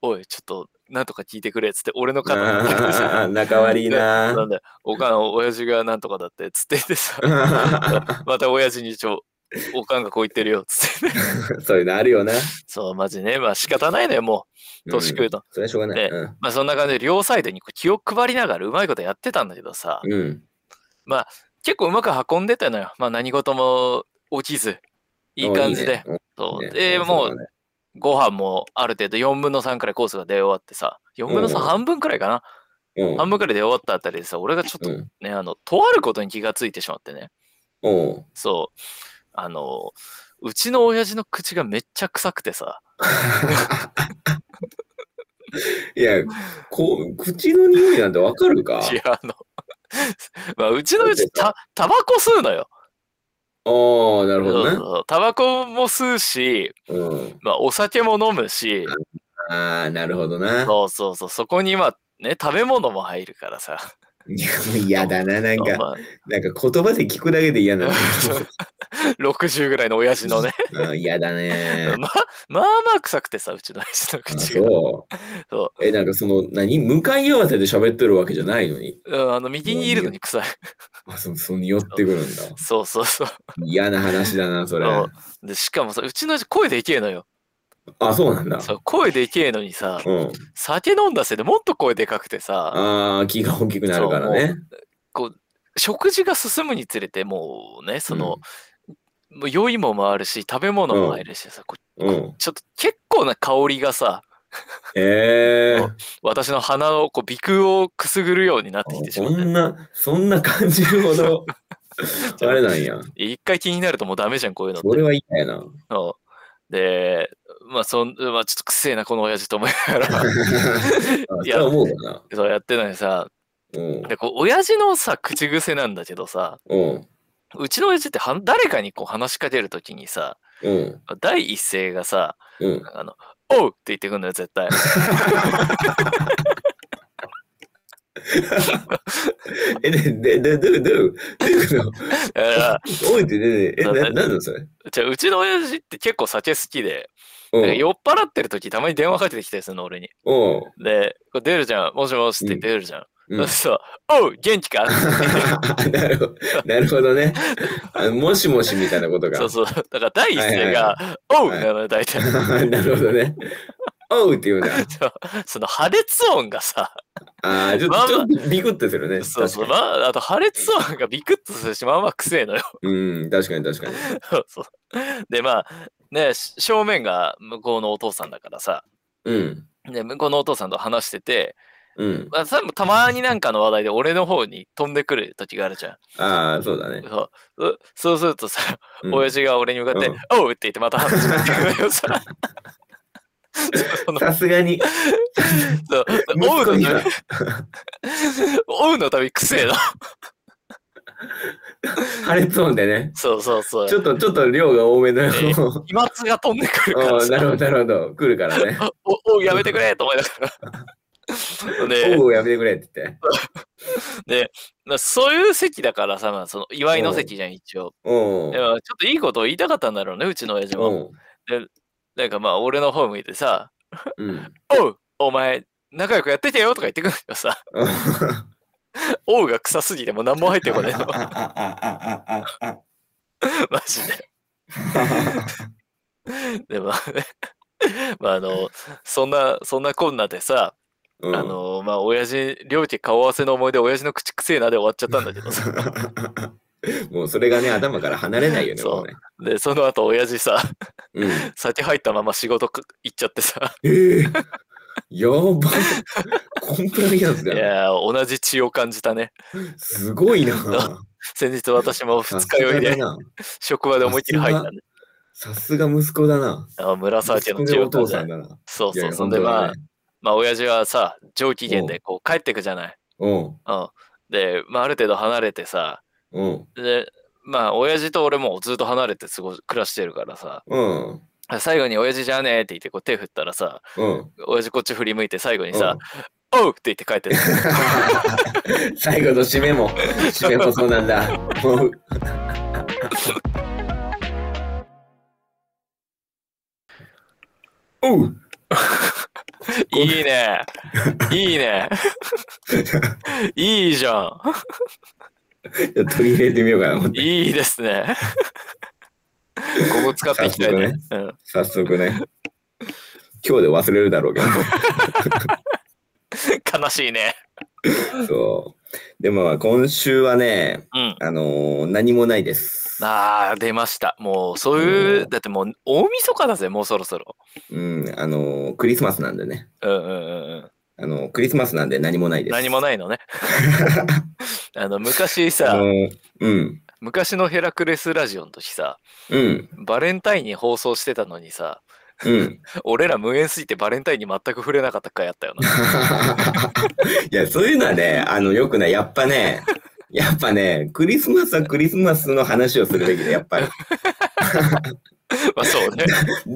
Speaker 2: おい、ちょっと、なんとか聞いてくれっつって、俺の肩に
Speaker 3: あ
Speaker 2: かけてさ
Speaker 3: ー仲悪いな
Speaker 2: なんだよおかん、親父がなんとかだって、つって言ってさ、 また親父にちょ、おかんがこう言ってるよ、つってね。
Speaker 3: そういうのあるよな。
Speaker 2: そう、マジね。まあ仕方ないのよ、もう。年食うと。
Speaker 3: それはしょうがない。
Speaker 2: ね
Speaker 3: うん
Speaker 2: まあそんな感じで、両サイドにこう気を配りながらうまいことやってたんだけどさ、
Speaker 3: うん。
Speaker 2: 結構うまく運んでたのよ。まあ何事も起きず、いい感じで。
Speaker 3: うん。
Speaker 2: そう。
Speaker 3: ね
Speaker 2: で、
Speaker 3: うん
Speaker 2: も
Speaker 3: そううだね
Speaker 2: ご飯もある程度4分の3くらいコースが出終わってさ、4分の3
Speaker 3: うん
Speaker 2: 半分くらいかな。
Speaker 3: うん
Speaker 2: 半分くらいで終わったあたりでさ、俺がちょっと
Speaker 3: うん
Speaker 2: ね、あの、とあることに気がついてしまってね。
Speaker 3: おう
Speaker 2: そう。あの、うちの親父の口がめっちゃ臭くてさ。
Speaker 3: いや、こう、口の匂いなんてわかるか
Speaker 2: いや、あの、 まあ、うちの親父た、タバコ吸うのよ。
Speaker 3: ああ、なるほ
Speaker 2: そう
Speaker 3: どね。
Speaker 2: そうタバコも吸うし、
Speaker 3: うん。
Speaker 2: まあ、お酒も飲むし、
Speaker 3: ああ、なるほどな。
Speaker 2: そうそうそう、そこにまあ、ね、食べ物も入るからさ。
Speaker 3: いやもう 嫌だな、なんか、
Speaker 2: ま
Speaker 3: なんか言葉で聞くだけで嫌 な
Speaker 2: あ
Speaker 3: の。
Speaker 2: 60ぐらいの親父のね。
Speaker 3: うん嫌だ ね。
Speaker 2: まあ、まあまあ臭くてさ、うちの親父の
Speaker 3: あ
Speaker 2: 口が。
Speaker 3: そう。
Speaker 2: そう
Speaker 3: え、なんかその、何向かい合わせで喋ってるわけじゃないのに。
Speaker 2: うん、あの、右にいるのに臭い。
Speaker 3: あ、そその寄ってくるんだ。
Speaker 2: そうそうそう。
Speaker 3: 嫌な話だな、それ。
Speaker 2: そで、しかもさ、うちの親父声でけえのよ。
Speaker 3: あ、そうなんだ。
Speaker 2: そう、声でけえのにさ、
Speaker 3: うん。
Speaker 2: 酒飲んだせいでもっと声でかくてさ、
Speaker 3: ああ、気が大きくなるからね。
Speaker 2: 食事が進むにつれてもうねその、もう酔いも回るし食べ物も入るしさ、こう
Speaker 3: うん。
Speaker 2: ちょっと結構な香りがさ
Speaker 3: ええ
Speaker 2: 私の鼻のこう鼻腔をくすぐるようになってきてしま
Speaker 3: そ
Speaker 2: って
Speaker 3: んな、そんな感じるほど、あれなんや。
Speaker 2: 一回気になるともうダメじゃんこういうのっ
Speaker 3: それ
Speaker 2: て。
Speaker 3: は嫌やな。
Speaker 2: そうでまあそん、まあ、ちょっとくせえなこの親父と思いながら
Speaker 3: あそれは思うかな。
Speaker 2: そうやってんのにさ
Speaker 3: うん。
Speaker 2: でこう親父のさ口癖なんだけどさ
Speaker 3: うん。
Speaker 2: うちの親父ってはん誰かにこう話しかけるときにさ
Speaker 3: うん。
Speaker 2: 第一声がさ
Speaker 3: うん。
Speaker 2: あの、おうって言ってくんのよ、絶 対。
Speaker 3: え、で、で、で、どう、どう、どういうこ
Speaker 2: だから
Speaker 3: とおいって、で、で、え、な、なんだそれ。
Speaker 2: じゃあうちの親父って結構酒好きで、
Speaker 3: う
Speaker 2: なんか
Speaker 3: ん。
Speaker 2: 酔っ払ってる時たまに電話かけてきたりするの、俺に。
Speaker 3: うん。
Speaker 2: で、こう出るじゃん、もしもしって出るじゃん。
Speaker 3: うん
Speaker 2: そうそう、おう、元気か
Speaker 3: なるほど、なるほどね。あのもしもしみたいなことが。
Speaker 2: そうそう。だから第一声
Speaker 3: は
Speaker 2: が、おう
Speaker 3: はい
Speaker 2: なのよ、大体。
Speaker 3: なるほどね。おうって言うんだ。
Speaker 2: そうその破裂音がさ、
Speaker 3: ああ、ちょっ
Speaker 2: まあ
Speaker 3: と、ちょっとビクッてするね。
Speaker 2: そうそう、
Speaker 3: 確
Speaker 2: まあ、あと破裂音がビクッとするし、まあまあくせえのよ。
Speaker 3: かにうん、確かに確かに。
Speaker 2: そうそうで、まあ、ね、し正面が向こうのお父さんだからさ、
Speaker 3: うん。
Speaker 2: で向こうのお父さんと話してて、
Speaker 3: うん。
Speaker 2: まあ、多分たまになんかの話題で俺の方に飛んでくる時があるじゃん。
Speaker 3: ああ、そうだね。
Speaker 2: そうそそうするとさ、
Speaker 3: うん
Speaker 2: 親父が俺に向かって、
Speaker 3: うん
Speaker 2: おうって言ってまた話しかけてくるのよさ。その
Speaker 3: さすがに、
Speaker 2: そう
Speaker 3: 息
Speaker 2: おう
Speaker 3: 子
Speaker 2: の
Speaker 3: に
Speaker 2: た
Speaker 3: は
Speaker 2: び、おうのたびくせえの。
Speaker 3: 破裂音でね。
Speaker 2: そうそうそう
Speaker 3: ち。ょっと、ちょっと量が多めの。
Speaker 2: ええ
Speaker 3: うん
Speaker 2: 飛沫が飛んでくるから
Speaker 3: なる
Speaker 2: さ
Speaker 3: ほど、なるほど。来るからね。
Speaker 2: おおうやめてくれと思いながら。で
Speaker 3: おう、やめてくれって言って。
Speaker 2: まあそういう席だからさ、まあ、その祝いの席じゃん、一応。
Speaker 3: おう
Speaker 2: で。もちょっといいことを言いたかったんだろうね、うちの親父も。
Speaker 3: おう。
Speaker 2: なんかまあ、俺の方向いてさ、
Speaker 3: うん。
Speaker 2: おうお前、仲良くやってけよとか言ってくるけどさ、おうが臭すぎてもう何も入ってこ ないの。マジで。でもね、 まああの、そんな、そんなこんなでさ、
Speaker 3: うん
Speaker 2: あの、まあ親父、両家顔合わせの思い出、親父の口くせえなで終わっちゃったんだけどさ、
Speaker 3: もうそれがね、頭から離れないよね、
Speaker 2: そう
Speaker 3: もうね。
Speaker 2: で、その後親父さ、
Speaker 3: うん、
Speaker 2: 酒入ったまま仕事か行っちゃってさ、
Speaker 3: ええやばい。コンプライアンス
Speaker 2: い
Speaker 3: だよ。
Speaker 2: やー、同じ血を感じたね。
Speaker 3: すごいな。
Speaker 2: 先日私も二日酔い
Speaker 3: さすがだ
Speaker 2: で
Speaker 3: な
Speaker 2: 職場で思いっきり入ったんで、
Speaker 3: さすが息子だな。
Speaker 2: あの村沢家の血
Speaker 3: 息子がお
Speaker 2: を感
Speaker 3: 父
Speaker 2: じた
Speaker 3: さん。だな。
Speaker 2: そう
Speaker 3: い
Speaker 2: そ、
Speaker 3: やいうや
Speaker 2: そんでまあ、
Speaker 3: 本
Speaker 2: まあ親父はさ上機嫌でこう帰ってくじゃない。
Speaker 3: 当だ
Speaker 2: う
Speaker 3: ね
Speaker 2: ん、で、まあ、ある程度離れてさ
Speaker 3: うん、
Speaker 2: でまあ親父と俺もずっと離れて過ごし暮らしてるからさ
Speaker 3: うん、うん、
Speaker 2: 最後に「親父じゃあね」って言ってこう手振ったらさ
Speaker 3: うん。
Speaker 2: 親父こっち振り向いて最後にさ「おうって言って帰ってた。
Speaker 3: 最後の締めも締めもそうなんだもう おう
Speaker 2: いいね。いいね。いいじゃん。
Speaker 3: 取り入れてみようかな思って
Speaker 2: いいですね。ここ使っていきたいね。うん、
Speaker 3: 早速ね今日で忘れるだろうけ
Speaker 2: 悲しいね。
Speaker 3: どそうでもまあ今週はね
Speaker 2: うん。
Speaker 3: あのー何もないです
Speaker 2: あー、出ました。もう、そういうう、
Speaker 3: ん
Speaker 2: だってもう、大晦日だぜ、もうそろそろ。
Speaker 3: うんあのークリスマスなんでね
Speaker 2: うんうんうんうん。
Speaker 3: あのークリスマスなんで何もないです
Speaker 2: 何もないのね。あの、昔
Speaker 3: あ
Speaker 2: さ、
Speaker 3: のーうん
Speaker 2: 昔のヘラクレスラジオの時さ、
Speaker 3: うん
Speaker 2: バレンタインに放送してたのにさ、
Speaker 3: うん
Speaker 2: 俺ら無縁すぎてバレンタインに全く触れなかった回やったよ な。
Speaker 3: いや、そういうのはね、あの、よくない。やっぱね、やっぱね、クリスマスはクリスマスの話をするべきで、やっぱり。
Speaker 2: まあそう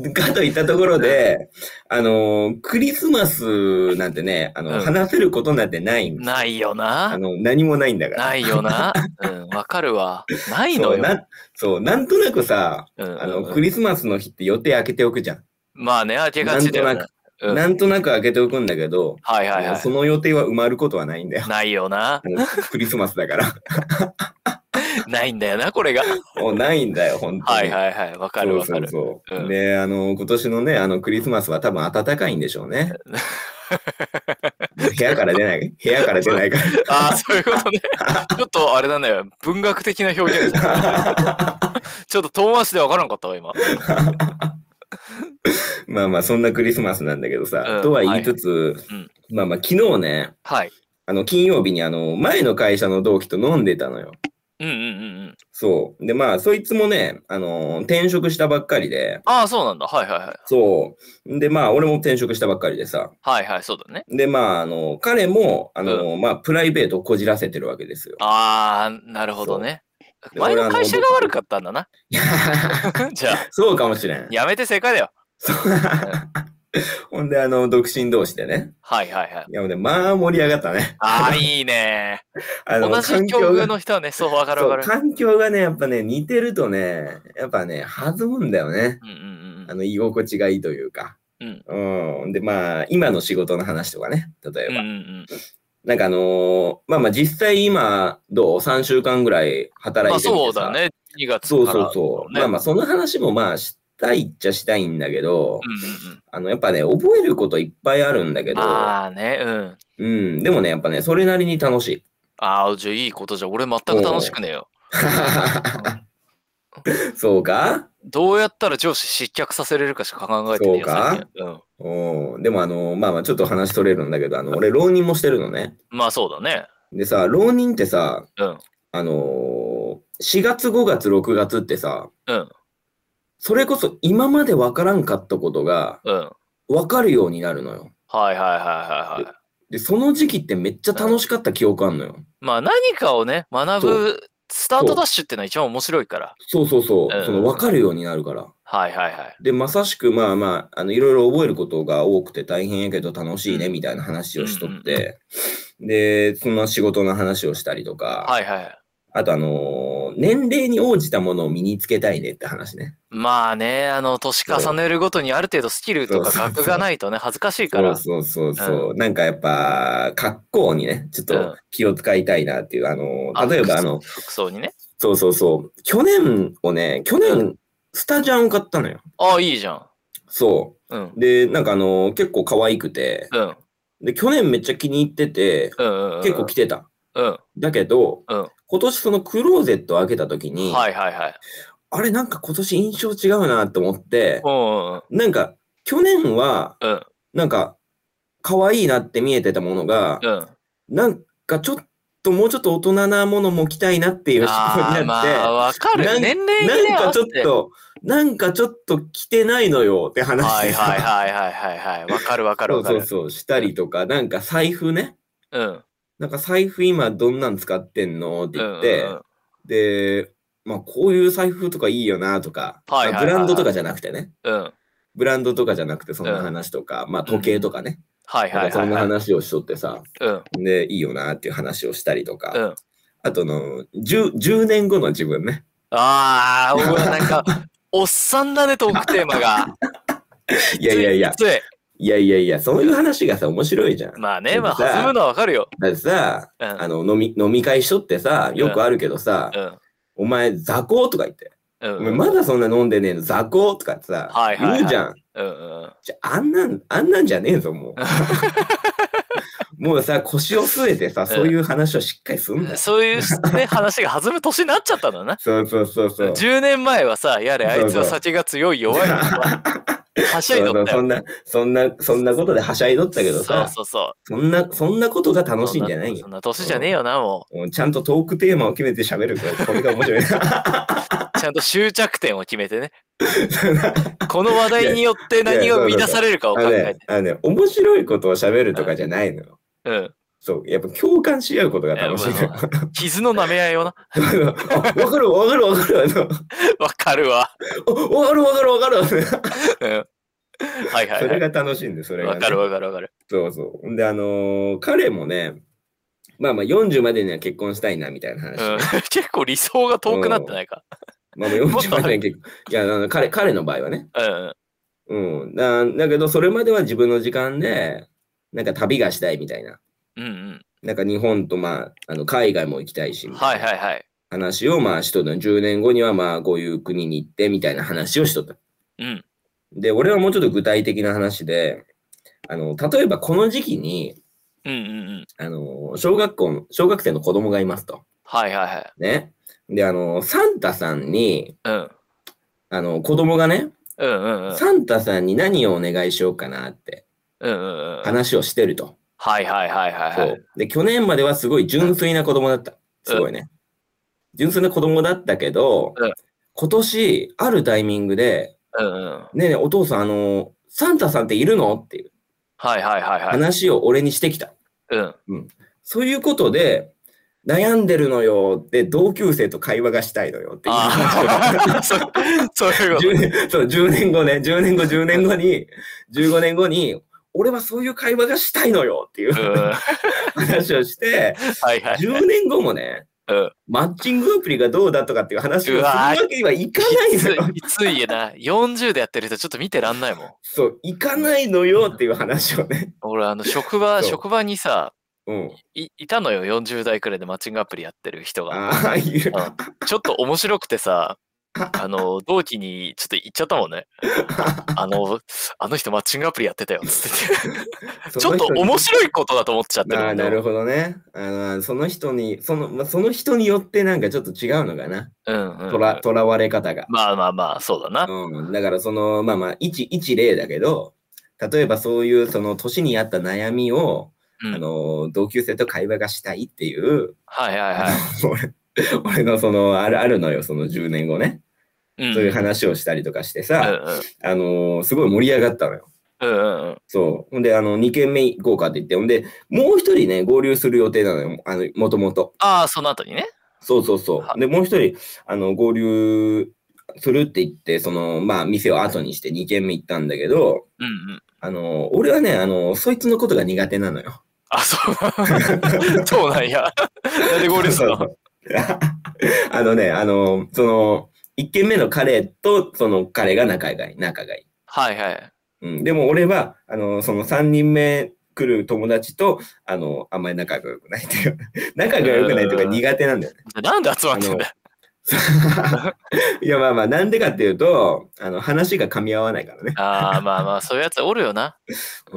Speaker 2: ね。
Speaker 3: かといったところで、あのー、クリスマスなんてね、あの、
Speaker 2: うん
Speaker 3: 話せることなんてないんです
Speaker 2: ないよ
Speaker 3: あ
Speaker 2: な。
Speaker 3: の、何もないんだから。
Speaker 2: ないよな。うん、わかるわ。ない
Speaker 3: そ
Speaker 2: の
Speaker 3: う
Speaker 2: よ。
Speaker 3: なそう、なんとなくさ、
Speaker 2: うんうん
Speaker 3: あの、
Speaker 2: うん
Speaker 3: クリスマスの日って予定開けておくじゃん。
Speaker 2: まあね、開けがちだよね
Speaker 3: なん
Speaker 2: うん
Speaker 3: なんとなく開けておくんだけど、
Speaker 2: はいはい
Speaker 3: あの
Speaker 2: は
Speaker 3: その予定は埋まることはないんだよ
Speaker 2: い。。ないよな
Speaker 3: あ。の クリスマスだから。
Speaker 2: ないんだよな、これが。
Speaker 3: もうないんだよ、本当
Speaker 2: は
Speaker 3: に。
Speaker 2: いはいはい。わかるわかる。
Speaker 3: そうそうそう、
Speaker 2: うん
Speaker 3: で、あの、今年のね、あの、クリスマスは多分暖かいんでしょう ね。部屋から出ない、部屋から出ないか
Speaker 2: ああ、そういうことね。ちょっとあれだね、文学的な表現。
Speaker 3: ら。
Speaker 2: ちょっと遠回しでわからんかったわ、今。
Speaker 3: まあまあ、そんなクリスマスなんだけどさ、
Speaker 2: うん
Speaker 3: とは言いつつ、
Speaker 2: うん
Speaker 3: まあまあ、昨日ね、
Speaker 2: はい。
Speaker 3: あの、金曜日にあの、前の会社の同期と飲んでたのよ。
Speaker 2: うんうんうんうん。
Speaker 3: そう。で、まあ、そいつもね、あの、転職したばっかりで、
Speaker 2: ああ、そうなんだ。はいはいはい。
Speaker 3: そう。で、まあ、俺も転職したばっかりでさ。
Speaker 2: はいはい、そうだね。
Speaker 3: で、まあ、あの、彼も、あの、まあ、プライベートをこじらせてるわけですよ。
Speaker 2: ああ、なるほどね。
Speaker 3: そう
Speaker 2: 前
Speaker 3: で俺あ
Speaker 2: の
Speaker 3: の
Speaker 2: 会社が悪かったんだな。じゃあ、
Speaker 3: そうかもしれん。
Speaker 2: やめて正解だよ。
Speaker 3: そうほんで、あの、独身同士でね。
Speaker 2: はいはいはい。
Speaker 3: いや、でまあ盛り上がったね。
Speaker 2: ああ、 いいね。
Speaker 3: あ
Speaker 2: 同じ境
Speaker 3: が
Speaker 2: 遇の人はね、そう、わかるわかる。
Speaker 3: そう環境がね、やっぱね、似てるとね、やっぱね、弾むんだよね。
Speaker 2: うんうんうん
Speaker 3: あの、居心地がいいというか。
Speaker 2: うん
Speaker 3: うん。で、まあ、今の仕事の話とかね、例
Speaker 2: う
Speaker 3: え
Speaker 2: ん。
Speaker 3: ば。
Speaker 2: うんうん
Speaker 3: なんかあのーまあまあ、実際今、どう ?3 週間ぐら
Speaker 2: う
Speaker 3: い
Speaker 2: ん。
Speaker 3: 働
Speaker 2: ま
Speaker 3: い
Speaker 2: あ
Speaker 3: てみて
Speaker 2: そう
Speaker 3: さ
Speaker 2: だ。ね。2月
Speaker 3: そう
Speaker 2: から
Speaker 3: そうそう。
Speaker 2: ね
Speaker 3: まあまあ、その話もまあ、したいっちゃしたいんだけど、
Speaker 2: うんうんうん。
Speaker 3: あの、やっぱね、覚えることいっぱいあるんだけど、
Speaker 2: ああね、うん。
Speaker 3: うん、でもね、やっぱね、それなりに楽しい。
Speaker 2: ああ、じゃあいいことじゃん。俺全く楽しくねえよ。
Speaker 3: そうか
Speaker 2: どうやったら上司失脚させれるかしか考えてねえよ。
Speaker 3: そうか
Speaker 2: 最近うん。
Speaker 3: おーでもあの、まあまあちょっと話取れるんだけど、あの、俺、浪人もしてるのね。
Speaker 2: まあそうだね。
Speaker 3: でさ、浪人ってさ、
Speaker 2: うん。
Speaker 3: あのー、4月、5月、6月ってさ、
Speaker 2: うん。
Speaker 3: それこそ今までわからんかったことが
Speaker 2: うん。はい
Speaker 3: わかるようになるのよ。
Speaker 2: はいはいはいはい。
Speaker 3: で、その時期ってめっちゃ楽しかった記憶あんのよ。
Speaker 2: まあ何かをね、学ぶスタートダッシュってのは一番面白いから。
Speaker 3: そうそうそうう、
Speaker 2: ん
Speaker 3: そのわかるようになるから。
Speaker 2: はいはいはい。
Speaker 3: で、まさしく、まあまあ、あの、いろいろ覚えることが多くて大変やけど楽しいね、みたいな話をしとって、で、その仕事の話をしたりとか、
Speaker 2: はいはい。
Speaker 3: あとあのー年齢に応じたものを身につけたいねって話ね。
Speaker 2: まあね、あの、年重ねるごとにある程度スキルとか
Speaker 3: そうそう
Speaker 2: 格がないとね、恥ずかしいか
Speaker 3: そ
Speaker 2: ら。
Speaker 3: うそうそうそう、なんかやっぱ、格好にね、ちょっ
Speaker 2: うん
Speaker 3: と気を使いたいなっていう、あのー例えばあの、
Speaker 2: 服装にね。
Speaker 3: そうそうそう、去年をね、去年、スタジャンを買ったのよ。
Speaker 2: ああ、いいじゃん。
Speaker 3: そ
Speaker 2: うん。
Speaker 3: う。で、なんかあのー結構可愛くて、
Speaker 2: うん。
Speaker 3: で、去年めっちゃ気に入ってて、
Speaker 2: うんうんうん。
Speaker 3: 結構着てた。
Speaker 2: うん。
Speaker 3: だけど、
Speaker 2: うん
Speaker 3: 今年そのクローゼットを開けた時に、
Speaker 2: はいはいはい。
Speaker 3: あれなんか今年印象違うなと思って
Speaker 2: う、んうん
Speaker 3: なんか去年は、
Speaker 2: うん
Speaker 3: なんか可愛いなって見えてたものが、
Speaker 2: うん。うん。
Speaker 3: なんかちょっともうちょっと大人なものも着たいなっていう思
Speaker 2: あ
Speaker 3: 考
Speaker 2: あ、
Speaker 3: にな
Speaker 2: ま
Speaker 3: って、
Speaker 2: あ、わかる
Speaker 3: な
Speaker 2: よ。
Speaker 3: ん
Speaker 2: 年齢にね
Speaker 3: なんかちょっ
Speaker 2: 合わ
Speaker 3: と、なんかちょっと着てないのよって話
Speaker 2: せてはい
Speaker 3: で
Speaker 2: はいはいはいはいはい。わかるわかる
Speaker 3: そ
Speaker 2: わ
Speaker 3: う
Speaker 2: か
Speaker 3: そう
Speaker 2: る。
Speaker 3: そう、したりとか、なんか財布ね。
Speaker 2: うん。
Speaker 3: なんか財布今どんなん使ってんのって
Speaker 2: うん
Speaker 3: 言
Speaker 2: う
Speaker 3: っ
Speaker 2: ん
Speaker 3: て、
Speaker 2: うん。
Speaker 3: で、まあ、こういう財布とかいいよなとか、
Speaker 2: はいはいはいはい
Speaker 3: まあブランドとかじゃなくてね、
Speaker 2: うん。
Speaker 3: ブランドとかじゃなくて、そんな話とか、まあ、時計とかね、
Speaker 2: はい
Speaker 3: な
Speaker 2: は
Speaker 3: ん
Speaker 2: い
Speaker 3: かそ
Speaker 2: はい
Speaker 3: んな
Speaker 2: はい。
Speaker 3: 話をしとってさ、
Speaker 2: うん
Speaker 3: で、いいよなっていう話をしたりと
Speaker 2: う
Speaker 3: か、
Speaker 2: ん。
Speaker 3: あとの10、10年後の自 分ね。
Speaker 2: あ ー、俺なんか、おっさんだね、トークテーマが。
Speaker 3: いやいやいや
Speaker 2: き、つい。
Speaker 3: いやいやいや、そういう話がさ、面白いじゃん。だ
Speaker 2: まあね、まあ、弾むのはわかるよ。
Speaker 3: ってさ、
Speaker 2: うん。
Speaker 3: あの飲み飲み会しとってさ、よくあるけどさ、お前、雑魚とか言って、
Speaker 2: うん。
Speaker 3: お
Speaker 2: う
Speaker 3: 前
Speaker 2: ん。
Speaker 3: まだそんな飲んでねえの、雑魚とかってさ、
Speaker 2: はいはいはい
Speaker 3: 言うじゃん。
Speaker 2: うんうん。
Speaker 3: じゃあんなん、あんなんじゃねえぞ、も う。もうさ、腰を据えてさ、そういう話をしっかりすんだよ。
Speaker 2: そういうし、 ね、話が弾む年になっちゃったんだな。
Speaker 3: そうそうそうそう。
Speaker 2: 10年前はさ、やれ、あいつ
Speaker 3: そう
Speaker 2: は
Speaker 3: そう
Speaker 2: 酒が強い弱いとか、 はしゃい
Speaker 3: そう
Speaker 2: ど
Speaker 3: そ
Speaker 2: っ
Speaker 3: う
Speaker 2: た
Speaker 3: そ
Speaker 2: よ。
Speaker 3: んな、そんな、そんなことではしゃいどったけど
Speaker 2: そう
Speaker 3: さ、
Speaker 2: そうそう。
Speaker 3: そんな、そんなことが楽しいんじゃない
Speaker 2: そ
Speaker 3: よ
Speaker 2: ん。な年じゃねえよな、も
Speaker 3: もうちゃんとトークテーマを決めて喋るから、これが面白いな。
Speaker 2: う。ちゃんと終着点を決めて ね。この話題によって何が生み出されるかを
Speaker 3: あ
Speaker 2: 考
Speaker 3: の
Speaker 2: え
Speaker 3: ね
Speaker 2: て。、
Speaker 3: あのね、面白いことを喋るとかじゃないのよ。
Speaker 2: うん。
Speaker 3: そう、やっぱ共感し合うことが楽しいのよ。
Speaker 2: 傷の舐め合いをな。
Speaker 3: あわかるわかるわかる。あの
Speaker 2: わかるわ。
Speaker 3: おわかるわかるわかる。
Speaker 2: うん。はいは
Speaker 3: そ
Speaker 2: いは
Speaker 3: れ
Speaker 2: い。
Speaker 3: が楽しいんで、それが、
Speaker 2: わ
Speaker 3: ね。
Speaker 2: かるわかるわかる。
Speaker 3: そうそう。んで、あのー彼もね、まあまあ40までには結婚したいなみたいな話。
Speaker 2: うん、結構理想が遠くなってないか。
Speaker 3: まあまあ
Speaker 2: もっ
Speaker 3: 40
Speaker 2: とあ
Speaker 3: ま
Speaker 2: る
Speaker 3: でには結婚。いや、あの彼、彼の場合はね。
Speaker 2: うんうん。
Speaker 3: うん。だだけど、それまでは自分の時間で、なんか旅がしたいみたいな。
Speaker 2: うん
Speaker 3: なんか日本とまあ、あの海外も行きたいし
Speaker 2: うん。
Speaker 3: みた
Speaker 2: はいい
Speaker 3: な
Speaker 2: はいはい。
Speaker 3: 話をまあしとったの10年後にはまあこういう国に行ってみたいな話をしとった。
Speaker 2: うん。
Speaker 3: で、俺はもうちょっと具体的な話で、あの、例えばこの時期に、
Speaker 2: うんうんうん。
Speaker 3: あの、小学校の、小学生の子供がいますと。
Speaker 2: はいはいはい。
Speaker 3: ね。で、あの、サンタさんに、
Speaker 2: うん。
Speaker 3: あの、子供がね、
Speaker 2: うんうんうん。
Speaker 3: サンタさんに何をお願いしようかなって
Speaker 2: うんうんうん。
Speaker 3: 話をしてると。
Speaker 2: はいはいはいはい
Speaker 3: そ
Speaker 2: はい。
Speaker 3: う。で、去年まではすごい純粋な子供だった。すごいね。純粋な子供だったけど
Speaker 2: うん、
Speaker 3: 今年、あるタイミングで、
Speaker 2: うんうん。はい
Speaker 3: ねえねえ、お父さん、あの、サンタさんっているのっていう
Speaker 2: はいはいはい。
Speaker 3: 話を俺にしてきた。
Speaker 2: うん。
Speaker 3: そういうことで、悩んでるのよって、同級生と会話がしたいのよっていう話を
Speaker 2: ああ、そそういうこと。
Speaker 3: 10年そう10年後ね、10年後、10年後に、15年後に、俺はそういう会話がしたいのよっていう
Speaker 2: うん。は
Speaker 3: 話をして、
Speaker 2: いはい。
Speaker 3: 10年後もね、
Speaker 2: うん
Speaker 3: マッチングアプリがどうだとかっていう話をする
Speaker 2: うわ
Speaker 3: わ
Speaker 2: ー
Speaker 3: けにはいかない
Speaker 2: きつ
Speaker 3: の
Speaker 2: い
Speaker 3: よ。
Speaker 2: きついやな。40でやってる人ちょっと見てらんないもん。
Speaker 3: そう、いかないのよっていう話をね。
Speaker 2: 俺、あの、職場、
Speaker 3: そう
Speaker 2: 職場にさ、
Speaker 3: うん。
Speaker 2: いいたのよ、40代くらいでマッチングアプリやってる人が。
Speaker 3: ああ、いう。
Speaker 2: ちょっと面白くてさ、あの、同期にちょっと言っちゃったもんね。あの、あの人マッチングアプリやってたよ、つってて。ちょっと面白いことだと思っちゃってる
Speaker 3: ああ、
Speaker 2: んだ
Speaker 3: な
Speaker 2: よ
Speaker 3: るほどね。あのその人に、その、まあ、その人によってなんかちょっと違うのかな。
Speaker 2: うんうん。
Speaker 3: とら、とらわれ方が。
Speaker 2: まあまあまあ、そうだな。
Speaker 3: うん、だからそのまあまあ一一例だけど例えばそういうその年に合った悩みを、
Speaker 2: うん
Speaker 3: あの同級生と会話がしたいっていう、
Speaker 2: はいはいはい。
Speaker 3: 俺俺のそのあるあるのよその10年後ね、
Speaker 2: うん
Speaker 3: そういう話をしたりとかして
Speaker 2: うん
Speaker 3: さ、あのすごい盛り上がったのよ。
Speaker 2: うんうんうんうん。
Speaker 3: そうほんであの2軒目行こうかって言ってほんでもう一人ね合流する予定なのよあのもともと。
Speaker 2: ああ、その後にね。
Speaker 3: そうそうそう。で、もう一人、あの、合流するって言って、その、まあ、店を後にして2軒目行ったんだけど、
Speaker 2: うんうん。
Speaker 3: あの、俺はね、あの、そいつのことが苦手なのよ。
Speaker 2: あ、 そう。そうなんや。なんで合流するの
Speaker 3: そうそう あのね、あの、その、1軒目の彼と、その彼が仲がいい、仲がい
Speaker 2: はいはい。
Speaker 3: い。うん。でも俺は、あの、その3人目来る友達と、あの、あんまり仲が良くないっていう。 仲が良くないとか苦手なんだよ ね。
Speaker 2: なんで集まってんだよ。
Speaker 3: いや、まあまあ、なんでかっていうと、あの、話が噛み合わないからね。
Speaker 2: ああ、まあまあ、そういうやつおるよな。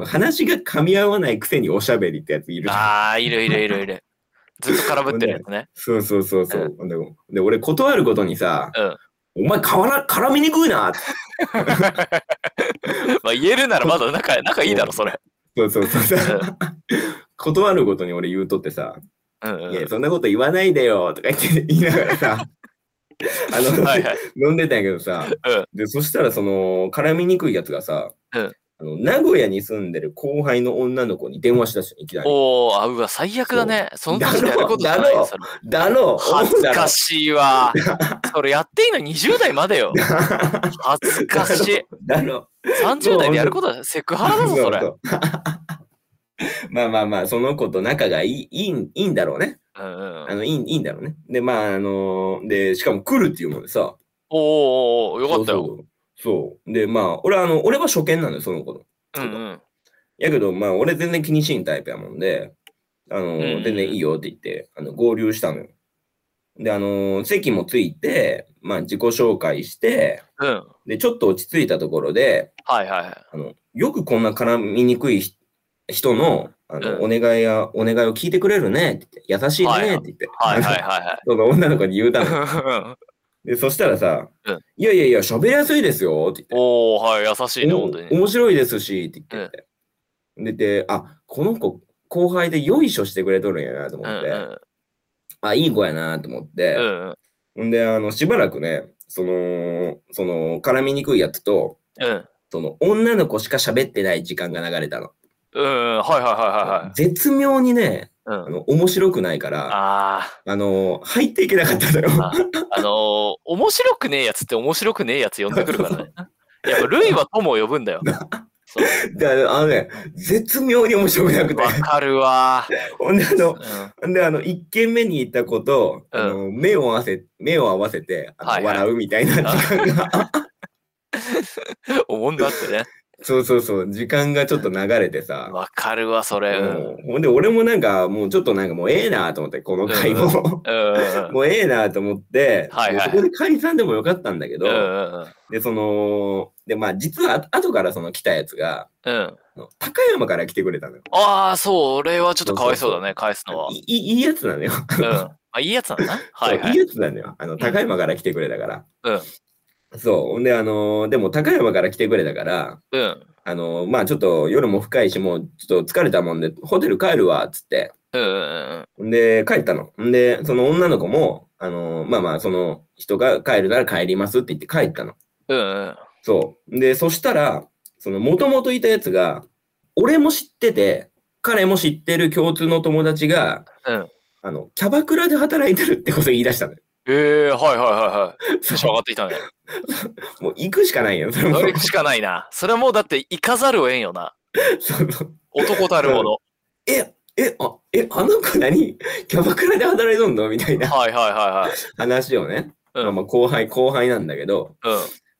Speaker 3: 話が噛み合わないくせにおしゃべりってやついるじゃん
Speaker 2: ああ、いるいるいるいる。ずっと空振ってるやつね。
Speaker 3: そうそうそうそう。でで、俺断ることにさ、
Speaker 2: うん
Speaker 3: お前変わら絡みにくいなって。
Speaker 2: まあ言えるならまだ仲仲いいだろ、それ。
Speaker 3: そうそうそう
Speaker 2: う
Speaker 3: そう。断ることに俺言うとってさ、
Speaker 2: うんうん。
Speaker 3: いや、そんなこと言わないでよとか言って言いながら さ、あの、
Speaker 2: はいはい。
Speaker 3: 飲んでたんやけどさ、
Speaker 2: うん
Speaker 3: で、そしたらその、絡みにくいやつがさ、
Speaker 2: うん
Speaker 3: あの名古屋に住んでる後輩の女の子に電話しだしたのいきなり。
Speaker 2: おお、あうわ、最悪だね。その時でやることじゃな
Speaker 3: だ
Speaker 2: いよ、
Speaker 3: ろ
Speaker 2: それ。
Speaker 3: だろう
Speaker 2: 恥ずか
Speaker 3: い。
Speaker 2: しいわ。それやっていいの20代までよ。恥ずかしい。
Speaker 3: だろう。
Speaker 2: 30代でやることはセクハラだぞ、それ。
Speaker 3: うう まあまあまあ、その子と仲がいい、いいん、いいんだろうね。
Speaker 2: うんうんう
Speaker 3: あ
Speaker 2: ん。
Speaker 3: の、いい、いいんだろうね。で、まあ、あのーで、しかも来るっていうもんでさ。
Speaker 2: おーおーおーよかった
Speaker 3: そう
Speaker 2: よ。
Speaker 3: そう。そうで、まあ、俺、あの、俺は初見なのよ、その子の。
Speaker 2: う
Speaker 3: そうん
Speaker 2: うん。
Speaker 3: やけど、まあ、俺全然気にしんタイプやもんで、あの
Speaker 2: んうん
Speaker 3: ー、全然いいよって言って、あの、合流したのよ。で、あのー、席もついて、まあ、自己紹介して、
Speaker 2: うん。
Speaker 3: で、ちょっと落ち着いたところで、
Speaker 2: はいはいはい。
Speaker 3: あの、よくこんな絡みにくいひ人の、あの、
Speaker 2: う
Speaker 3: お願いや、お願いを聞いてくれるねって言って、優しい
Speaker 2: はい
Speaker 3: ね
Speaker 2: はい
Speaker 3: って言って、
Speaker 2: はいは
Speaker 3: あ
Speaker 2: い
Speaker 3: の
Speaker 2: は
Speaker 3: その女の子に言うた
Speaker 2: い
Speaker 3: の。
Speaker 2: はい。
Speaker 3: で、そしたらさ、
Speaker 2: うん
Speaker 3: いやいやいや、喋りやすいですよって言っ、
Speaker 2: おおはい、優していね、
Speaker 3: お
Speaker 2: 本当に。
Speaker 3: 面白いですしって言って、でで、あ、この子、後輩でよいしょしてくれとるんやなと思
Speaker 2: う
Speaker 3: っ
Speaker 2: ん
Speaker 3: て、
Speaker 2: うん
Speaker 3: あ、いい子やなと思っ
Speaker 2: う
Speaker 3: て、
Speaker 2: んうん
Speaker 3: んで、あの、しばらくね、その、その、絡みにくいやつと、
Speaker 2: うん
Speaker 3: その、女の子しか喋ってない時間が流れたの。
Speaker 2: うんうんはいはいはいはい。
Speaker 3: 絶妙にね、
Speaker 2: うん
Speaker 3: あの面白くないから、あ
Speaker 2: あー
Speaker 3: の入っていけなかったのよ。
Speaker 2: あー、あのー、面白くねえやつって面白くねえやつ呼んでくるから ね。やっぱ、ルイは友を呼ぶんだよ。そう
Speaker 3: で、あのあのね、絶妙に面白くなくて。
Speaker 2: わかるわー。
Speaker 3: ほんで、あの、
Speaker 2: うん
Speaker 3: ほんで、あの、一軒目に行った子と、
Speaker 2: うん
Speaker 3: あの目を合わせ、目を合わせて、あの
Speaker 2: はいはい
Speaker 3: 笑うみたいな時 間が、
Speaker 2: おもんだってね。
Speaker 3: そうそうそう、時間がちょっと流れてさ。
Speaker 2: わかるわ、それ。うん。うん
Speaker 3: うんほんで、俺もなんか、もうちょっとなんかもうええなと思って、この会
Speaker 2: う
Speaker 3: も。
Speaker 2: うんうん
Speaker 3: もうええなと思って、
Speaker 2: はいはい
Speaker 3: もうそこで解散でもよかったんだけど、
Speaker 2: うんうん
Speaker 3: で、その、で、まあ、実は、あ後からその来たやつが、
Speaker 2: うん。
Speaker 3: あの高山から来てくれたのよ。
Speaker 2: ああ、そう、俺はちょっとかわいそうだね、返すのは。
Speaker 3: いいいいやつなのよ。、
Speaker 2: うん。まあ、いいやつなんだな。はいはいい。
Speaker 3: いやつなのよ。あの、高山から来てくれたから。
Speaker 2: うん
Speaker 3: そう。ほんで、あのーでも高山から来てくれたから、
Speaker 2: うん。
Speaker 3: あのーまあちょっと夜も深いし、もうちょっと疲れたもんで、ホテル帰るわ、っつって。
Speaker 2: うんうん
Speaker 3: ほんで、帰ったの。ほんで、その女の子も、あのーまあまあ、その人が帰るなら帰りますって言って帰ったの。
Speaker 2: うん。うんうん。
Speaker 3: そう。で、そしたら、その、もともといたやつが、俺も知ってて、彼も知ってる共通の友達が、
Speaker 2: うん
Speaker 3: あの、キャバクラで働いてるってことを言い出 したのよ。
Speaker 2: ええはいはいはいはい。テンション上がってき たね。
Speaker 3: もう行くしかないよ。それも
Speaker 2: それしかないな。それはもうだって行かざるを得んよな。
Speaker 3: そうそう
Speaker 2: 男たるもの。
Speaker 3: え、え、あ、え、あの子何キャバクラで働いとんのみた いな
Speaker 2: はいはいはいはい。
Speaker 3: 話をね。
Speaker 2: うん
Speaker 3: まあまあ後輩、後輩なんだけど、
Speaker 2: うん。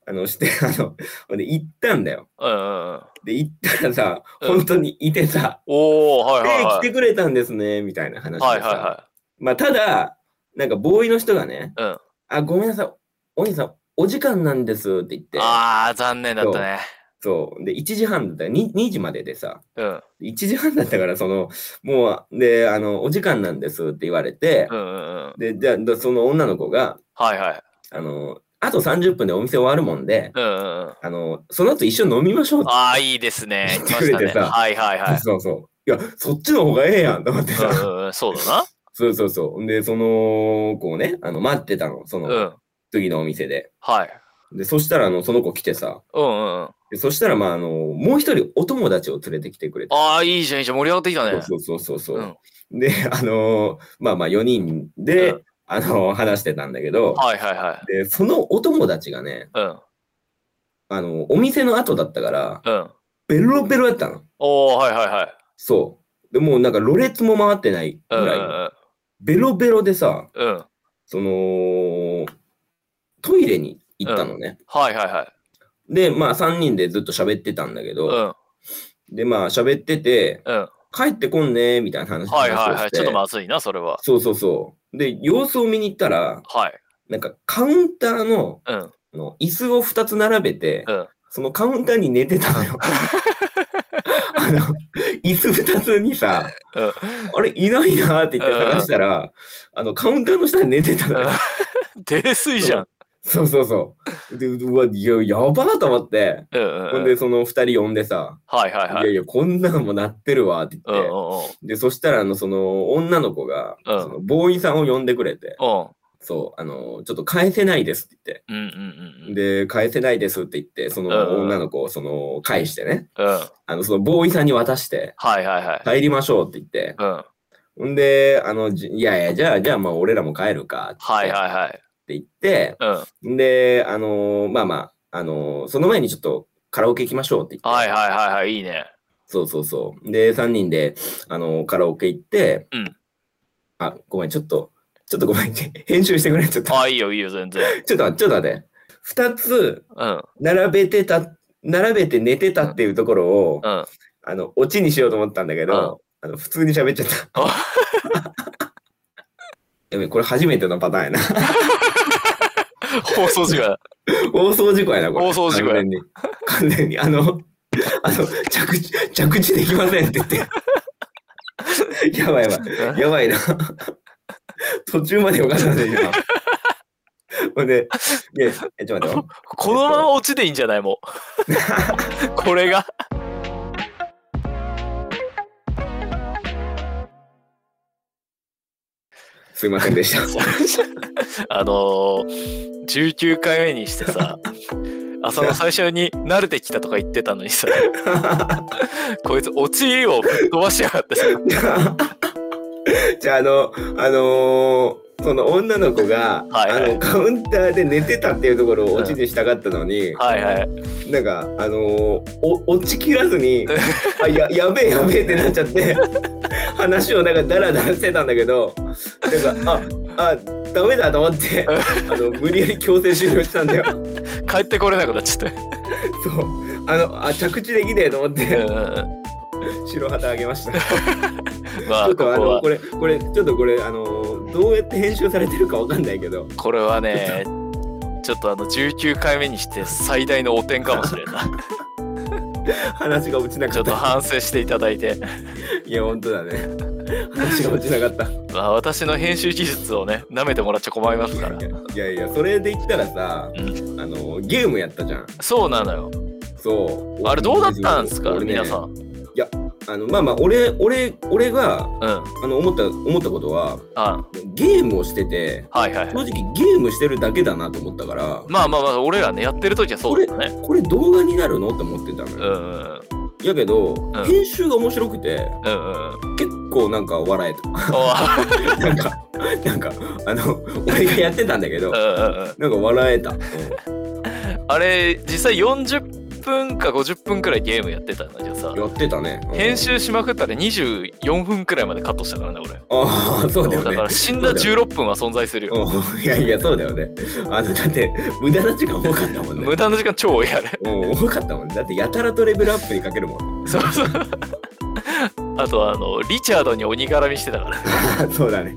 Speaker 3: あの、して、 あの、ほんで行ったんだよ。
Speaker 2: うんうんうん。
Speaker 3: で、行ったらさ、
Speaker 2: うん
Speaker 3: 本当にいてさ、
Speaker 2: おおはい
Speaker 3: え
Speaker 2: はい
Speaker 3: ー来
Speaker 2: は
Speaker 3: て
Speaker 2: い。
Speaker 3: くれたんですね、みたいな話でさ。
Speaker 2: はいはいは
Speaker 3: まあ、ただ、なんか、ボーイの人がね、
Speaker 2: うん
Speaker 3: あ、ごめんなさい、お兄さん、お時間なんですって言っ
Speaker 2: い。
Speaker 3: て、
Speaker 2: ああ、残念だったね。
Speaker 3: そう。で、1時半だったら2、2時まででさ、
Speaker 2: うん。
Speaker 3: 1時半だったから、その、もう、で、あの、お時間なんですって言われて
Speaker 2: う、んうんうん。
Speaker 3: で、じゃあだその女の子が、
Speaker 2: はいはい。
Speaker 3: あの、あと30分でお店終わるもんで、
Speaker 2: うんうんうん。
Speaker 3: あの、その後一緒に飲みましょうって。
Speaker 2: ああ、いいですね。
Speaker 3: 来
Speaker 2: 来
Speaker 3: て
Speaker 2: ま
Speaker 3: く
Speaker 2: し
Speaker 3: れ
Speaker 2: た
Speaker 3: て
Speaker 2: ね。
Speaker 3: さ
Speaker 2: はいはいはい。
Speaker 3: そうそう。いや、そっちの方がええやんと思ってさ、
Speaker 2: うんうんうん、そうだ
Speaker 3: そうそうそう。で、その子をね、あの、待ってたの、そ
Speaker 2: な。
Speaker 3: の、
Speaker 2: うん。
Speaker 3: 次のお店で。
Speaker 2: はい。
Speaker 3: で、そしたら、あの、その子来てさ、
Speaker 2: うんうんうん。
Speaker 3: でそしたら、まあ、あの、もう一人お友達を連れてきてくれて。
Speaker 2: ああ、いいじゃん、いいじゃん。盛り上がってきたね。
Speaker 3: そうそうそうそう。
Speaker 2: うん
Speaker 3: で、あのーまあまあ4人で、
Speaker 2: うん
Speaker 3: あのー話してたんだけど、
Speaker 2: はいはいはい。
Speaker 3: で、そのお友達がね、
Speaker 2: うん。
Speaker 3: あのーお店の後だったから、
Speaker 2: うん。
Speaker 3: ベロベロやったの。
Speaker 2: おおはいはいはい。
Speaker 3: そう。でもうなんか、ろれつも回ってないぐ
Speaker 2: うんう
Speaker 3: らい、
Speaker 2: ん
Speaker 3: ベロベロでさ、
Speaker 2: うん。うん。
Speaker 3: その、トイレに行ったのね。
Speaker 2: はいはいはい。
Speaker 3: で、まあ3人でずっと喋ってたんだけ
Speaker 2: う
Speaker 3: ど、
Speaker 2: ん。
Speaker 3: で、まあ喋ってて、
Speaker 2: うん。
Speaker 3: 帰ってこんねみたいな話をして。
Speaker 2: はいはいはい。ちょっとまずいな、それは。
Speaker 3: そうそうそう。で、様子を見に行ったら、
Speaker 2: はい。
Speaker 3: なんかカウンターの
Speaker 2: うん。
Speaker 3: あの椅子を2つ並べて、
Speaker 2: うん
Speaker 3: そのカウンターに寝てたの よ。あの椅子2つにさ、
Speaker 2: うん
Speaker 3: あれいないなって言って探したら、あのカウンターの下に寝てたのよ。
Speaker 2: 泥酔じゃん。
Speaker 3: そうそうそう。で、うわ、いや、やばーと思って。
Speaker 2: うんう
Speaker 3: ほ
Speaker 2: んんう
Speaker 3: で、
Speaker 2: ん。
Speaker 3: その2人呼んでさ、
Speaker 2: はいはい
Speaker 3: い
Speaker 2: は
Speaker 3: や
Speaker 2: い。
Speaker 3: いや、こんなんもなってるわって
Speaker 2: うん
Speaker 3: 言
Speaker 2: うん
Speaker 3: って。
Speaker 2: うん。
Speaker 3: で、そしたら、あの、その、女の子が、
Speaker 2: うん
Speaker 3: そのボーイさんを呼んでくれて、
Speaker 2: うん
Speaker 3: そう、あの、ちょっと返せないですって言って、
Speaker 2: うんうんうん。
Speaker 3: で、返せないですって言って、その
Speaker 2: うん
Speaker 3: 女の子をその返してね、
Speaker 2: うん。はい
Speaker 3: あの、そのボーイさんに渡して、
Speaker 2: はいはい。
Speaker 3: 帰りましょうって言って、
Speaker 2: うん。はい
Speaker 3: んで、あの、じいやいや、じゃあ、じゃあ、まあ、俺らも帰るかって
Speaker 2: はいはい。
Speaker 3: 言って、
Speaker 2: うん。
Speaker 3: んで、あの、まあまあ、あの、その前にちょっとカラオケ行きましょうって言って、
Speaker 2: はいはいはいはい。いいね。
Speaker 3: そうそうそう。で、3人で、あの、カラオケ行って、
Speaker 2: うん
Speaker 3: あ、ごめん、ちょっと、ちょっとごめん、編集してくれ、ちょっと。
Speaker 2: ああ、いいよ、いいよ、全然。
Speaker 3: ちょっと待って、ちょっと待って。二つ、
Speaker 2: うん、
Speaker 3: 並べてた、並べて寝てたっていうところを、
Speaker 2: うん。
Speaker 3: あの、オチにしようと思ったんだけど、あの、普通に喋っちゃ った。
Speaker 2: あ
Speaker 3: やべ、これ初めてのパターンやな。
Speaker 2: 放送時間。
Speaker 3: 放送事故やな、これ。
Speaker 2: 放送事故や
Speaker 3: 完全に。完全に。あの、あの、着地、着地できませんって言 って。やばいやばい。やばいな。途中までよかったね、今。ほんで、で、えちょっと待ってよ。
Speaker 2: このまま落ちでいいんじゃないも う。これが。
Speaker 3: すいませんでした。
Speaker 2: あのー、19回目にしてさ、浅野最初に慣れてきたとか言ってたのにさ、こいつ落ちをぶっ飛ばしやがってさ。
Speaker 3: じゃあ、あの、あのーその女の子が、
Speaker 2: はいはい
Speaker 3: あのカウンターで寝てたっていうところをオチにしたかったのに、
Speaker 2: はいはい。
Speaker 3: なんかあのーお落ちきら ずにあややべえやべえってなっちゃって話をなんかダラダラしてたんだけどなんかああダメだと思って あの無理やり強制終了したんだよ
Speaker 2: 帰ってこれなくなっちゃって。
Speaker 3: そうあのあ着地できねえと思っ
Speaker 2: うん
Speaker 3: て
Speaker 2: うんうん
Speaker 3: 白旗あげました
Speaker 2: まあ、
Speaker 3: ちょ
Speaker 2: こ
Speaker 3: っとあ
Speaker 2: こ
Speaker 3: の
Speaker 2: は
Speaker 3: こ、れこれちょっとこれあのーどうやって編集されてるかわかんないけど
Speaker 2: これは ね、ちょっとあの、19回目にして最大の汚点かもしれ んな。
Speaker 3: 話が落ちな
Speaker 2: ち
Speaker 3: か
Speaker 2: ょっ
Speaker 3: っ
Speaker 2: と
Speaker 3: た
Speaker 2: 反省していただいて、
Speaker 3: いや本当だね 話が落ちなかった
Speaker 2: まあ、私の編集技術をね、舐めてもらっちゃ困りますから。
Speaker 3: いやいやそれで言ったらさ、
Speaker 2: う
Speaker 3: あのーゲームやったじゃん
Speaker 2: そうなのよ。
Speaker 3: そう。
Speaker 2: あれどうだったんですか、
Speaker 3: 俺ね
Speaker 2: 皆さん。
Speaker 3: あのまあまあ俺俺俺が
Speaker 2: うん。
Speaker 3: あの思った思ったことは
Speaker 2: あ
Speaker 3: ゲームをしてて
Speaker 2: はいはい。
Speaker 3: 正直ゲームしてるだけだなと思ったから。
Speaker 2: まあまあまあ、俺らね、やってる時はそうだね。
Speaker 3: これ動画になるのって思ってたの
Speaker 2: うん
Speaker 3: よ、
Speaker 2: うん
Speaker 3: やけど、
Speaker 2: ん
Speaker 3: 編集が面白くて
Speaker 2: うんうん。
Speaker 3: 結構なんか笑
Speaker 2: おー
Speaker 3: えたなんかなんかあの俺がやってたんだけど
Speaker 2: うんうんうん
Speaker 3: なんか笑えた、うん
Speaker 2: あれ、実際40分か50分くらいゲームやってたのじゃあさ。
Speaker 3: やってたね、うん
Speaker 2: 編集しまくったら24分くらいまでカットしたからね、俺。
Speaker 3: ああそうだよ
Speaker 2: だ
Speaker 3: ね
Speaker 2: から死んだ16分は存在するよ。
Speaker 3: うんいやいやそうだよねあのだって無駄な時間多かったもんね
Speaker 2: 無駄な時間超多い あれ。
Speaker 3: うん、多かったもんね。だってやたらとレベルアップにかけるもん。
Speaker 2: そうそう。あとはあの、リチャードに鬼絡みしてた から。
Speaker 3: そうだね。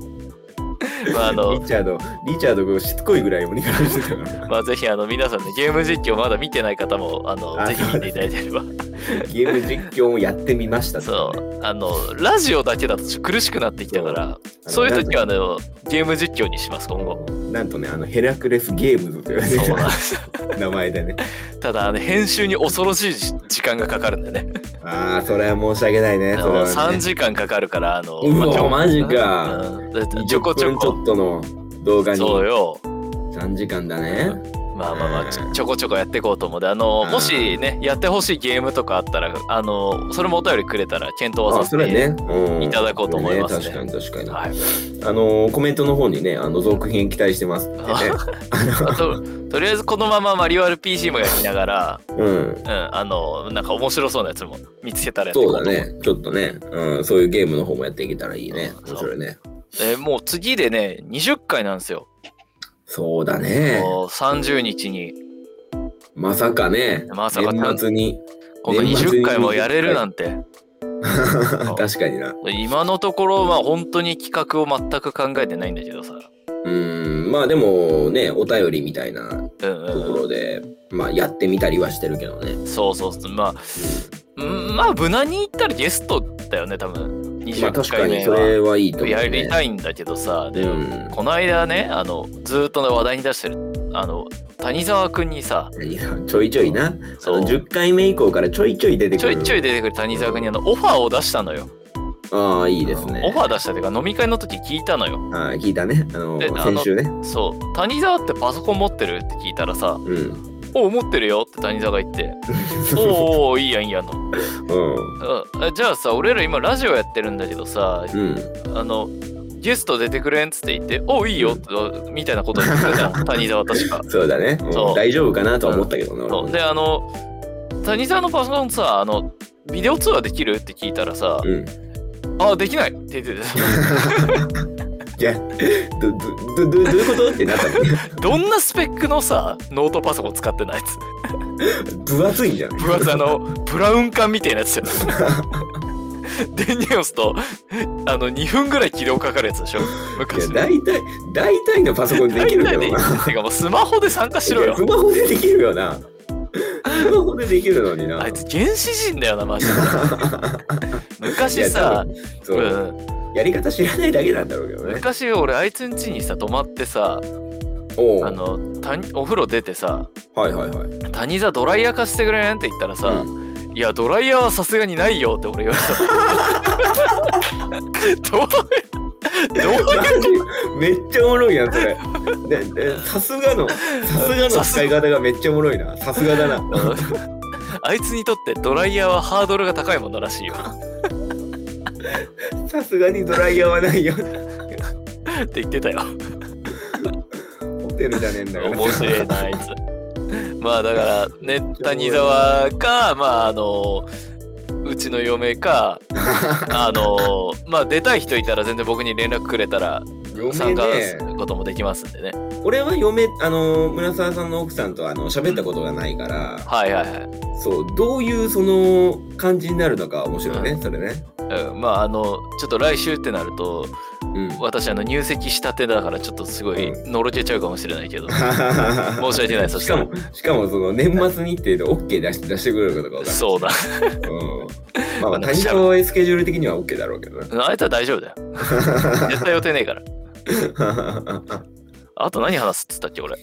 Speaker 2: まああの
Speaker 3: リ、チャード、リチャードがしつこいぐらい鬼からしてたから。
Speaker 2: まあぜひあの皆さんね、ゲーム実況まだ見てない方も、あの、
Speaker 3: あ
Speaker 2: ぜひ見ていただければ。
Speaker 3: ゲーム実況をやってみましたと
Speaker 2: そ
Speaker 3: かね。
Speaker 2: うあのラジオだけだとちょっと苦しくなってきたから
Speaker 3: そう
Speaker 2: そう
Speaker 3: あ
Speaker 2: い
Speaker 3: の
Speaker 2: う時はあのゲーム実況にします今後
Speaker 3: なんとね、あのヘラクレスゲームズというね
Speaker 2: そうなんです
Speaker 3: 名前でね。
Speaker 2: ただあの編集に恐ろしいじ時間がかかるんでね
Speaker 3: ああ、それは申し訳ないね。
Speaker 2: あ
Speaker 3: それ
Speaker 2: の
Speaker 3: は
Speaker 2: 3
Speaker 3: ね。
Speaker 2: 時間かかるからあの
Speaker 3: うわ
Speaker 2: ちょ
Speaker 3: マジか
Speaker 2: うんだってち
Speaker 3: 10
Speaker 2: ょこちょ
Speaker 3: 分ち
Speaker 2: こ
Speaker 3: ょっとの動画に
Speaker 2: そうよ
Speaker 3: 3時間だね。
Speaker 2: まあまあまあち
Speaker 3: う
Speaker 2: ょ
Speaker 3: ん
Speaker 2: ちょこちょこやっていこうと思うんであの
Speaker 3: うん
Speaker 2: もしねやってほしいゲームとかあったらあのそれもお便りくれたら検討
Speaker 3: あ
Speaker 2: はさ
Speaker 3: そ
Speaker 2: せ
Speaker 3: れは
Speaker 2: て
Speaker 3: ね、うん
Speaker 2: いただこうと思いますね
Speaker 3: それ確かに確かに。
Speaker 2: はい
Speaker 3: あのーコメントの方にね、あの続編期待してますってね。
Speaker 2: ととりあえずこのままマリオ RPG もやりながら
Speaker 3: うん。
Speaker 2: うん、あの、なんか面白そうなやつも見つけたらやってい
Speaker 3: そ
Speaker 2: こ
Speaker 3: う
Speaker 2: うと
Speaker 3: だ
Speaker 2: 思う。
Speaker 3: ね。ちょっとね、うん、そういうゲームの方もやっていけたらいいね。
Speaker 2: うん
Speaker 3: 面白いね。
Speaker 2: えーもう次でね、20回なんですよ。
Speaker 3: そうだね。
Speaker 2: もう30日に、
Speaker 3: まさかね。
Speaker 2: まさか
Speaker 3: 年末に。
Speaker 2: 今度
Speaker 3: 年末に
Speaker 2: 20回もやれるなんて。
Speaker 3: 確かにな。
Speaker 2: 今のところ、まあ本当に企画を全く考えてないんだけどさ。
Speaker 3: うん、まあでもね、お便りみたいな
Speaker 2: うん
Speaker 3: とこ
Speaker 2: うん
Speaker 3: ろで、まあやってみたりはしてるけどね。
Speaker 2: うん。そうそうそう。まあ、んまあ無難に言ったらゲストだよね、多分。
Speaker 3: まあ
Speaker 2: 20
Speaker 3: 確か
Speaker 2: 回
Speaker 3: に
Speaker 2: 目
Speaker 3: そ
Speaker 2: は。
Speaker 3: れはいいと思う、ね。
Speaker 2: やりたいんだけどさ、で、
Speaker 3: うん。
Speaker 2: この間ね、あの、ずーっとね話題に出してる、あの、谷沢くんにさ、
Speaker 3: ちょいちょいな。
Speaker 2: そ
Speaker 3: そ
Speaker 2: う
Speaker 3: の10回目以降からちょいちょい出て
Speaker 2: ちょ
Speaker 3: くる。
Speaker 2: いちょい出てくる谷沢君にあのオファーを出したのよ。
Speaker 3: ああ、いいですね。
Speaker 2: オファー出したというか飲み会の時聞いたのよ。
Speaker 3: ああ、聞いたね。あの、
Speaker 2: であの
Speaker 3: 先週ね。
Speaker 2: そう。谷沢ってパソコン持ってるって聞いたらさ、
Speaker 3: うん。
Speaker 2: おう持ってるよって谷沢が言 って、おうおういいやんいいやんと。
Speaker 3: うん。
Speaker 2: うんあじゃあさ、俺ら今ラジオやってるんだけどさ、
Speaker 3: うん。
Speaker 2: あの、ゲスト出てくれんっつって言って、おういいよってみたいなこと言ってたじゃ ん、谷沢確か。
Speaker 3: そうだね。
Speaker 2: そう
Speaker 3: うん大丈夫かなとは思ったけどね。俺
Speaker 2: そ
Speaker 3: も
Speaker 2: う
Speaker 3: ね
Speaker 2: で、あの、谷沢のパソコンさ、あの、ビデオ通話できるって聞いたらさ、
Speaker 3: うん。
Speaker 2: あ、できないって言ってた。
Speaker 3: いや、ど、ど、ど、どどういうことってなったの
Speaker 2: どんなスペックのさ、ノートパソコン使ってないやつ。
Speaker 3: 分厚いんじゃない
Speaker 2: 分厚いあの、ブラウン管みたいな やつよ。電源押すと、あの、2分ぐらい起動かかるやつでしょ
Speaker 3: いや、
Speaker 2: 昔の。
Speaker 3: 大体、大体のパソコンでできるけ
Speaker 2: 大体でい
Speaker 3: ど
Speaker 2: い
Speaker 3: な。
Speaker 2: てかもうスマホで参加しろ
Speaker 3: いや
Speaker 2: よ
Speaker 3: ス。マホでできるよな。スマホでできるのにな。
Speaker 2: あいつ原始人だよな、マ ジで。昔さ、
Speaker 3: そう、
Speaker 2: うん
Speaker 3: やり方知らないだけなんだろうけどね。
Speaker 2: 昔俺あいつん家にさ泊まってさ
Speaker 3: おお。
Speaker 2: あのたお風呂出てさ
Speaker 3: はいはいはい。
Speaker 2: 「谷座ドライヤー貸してくれん?」って言ったらさ、
Speaker 3: う
Speaker 2: いやドライヤーはさすがにないよ」って俺言われ たどうどう
Speaker 3: マジ めっちゃおもろいやん、それ。ででさすがの、さすがの使い方がめっちゃおもろいな。さすがだな。
Speaker 2: あいつにとってドライヤーはハードルが高いものらしいよ
Speaker 3: さすがにドライヤーはないよ。
Speaker 2: って言ってたよ
Speaker 3: ホテルじゃねえんだから。
Speaker 2: 面白いなあいつ まあだからね谷沢かまああのうちの嫁かあのまあ出たい人いたら全然僕に連絡くれたら参
Speaker 3: 嫁
Speaker 2: 加す
Speaker 3: ね、
Speaker 2: ることもできますんでね
Speaker 3: 俺は嫁、あの、村沢さんの奥さんとあの喋ったことがないから、
Speaker 2: はいはいはい、
Speaker 3: そう、どういうその感じになるのか面白いね、それね。
Speaker 2: うん、まああのちょっと来週ってなると
Speaker 3: うん。
Speaker 2: 私あの入籍したてだからちょっとすごいのろけちゃうかもしれないけど
Speaker 3: 申
Speaker 2: 申し訳ないそ
Speaker 3: し
Speaker 2: した
Speaker 3: からも、しかもその年末日程で OK 出して出してくれることが分か
Speaker 2: そうだ
Speaker 3: る。うん、まあまあ、谷川はスケジュール的には OK だろうけどな。
Speaker 2: あいつは大丈夫だよ絶対予定ねえからあと何話すっつったっけ俺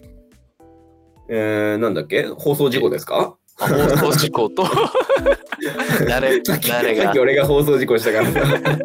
Speaker 3: えー、なんだっけ放送事故ですか
Speaker 2: あ放送事故 と誰
Speaker 3: さっき
Speaker 2: 誰
Speaker 3: さっ
Speaker 2: が
Speaker 3: き俺が放送事故したか らさ。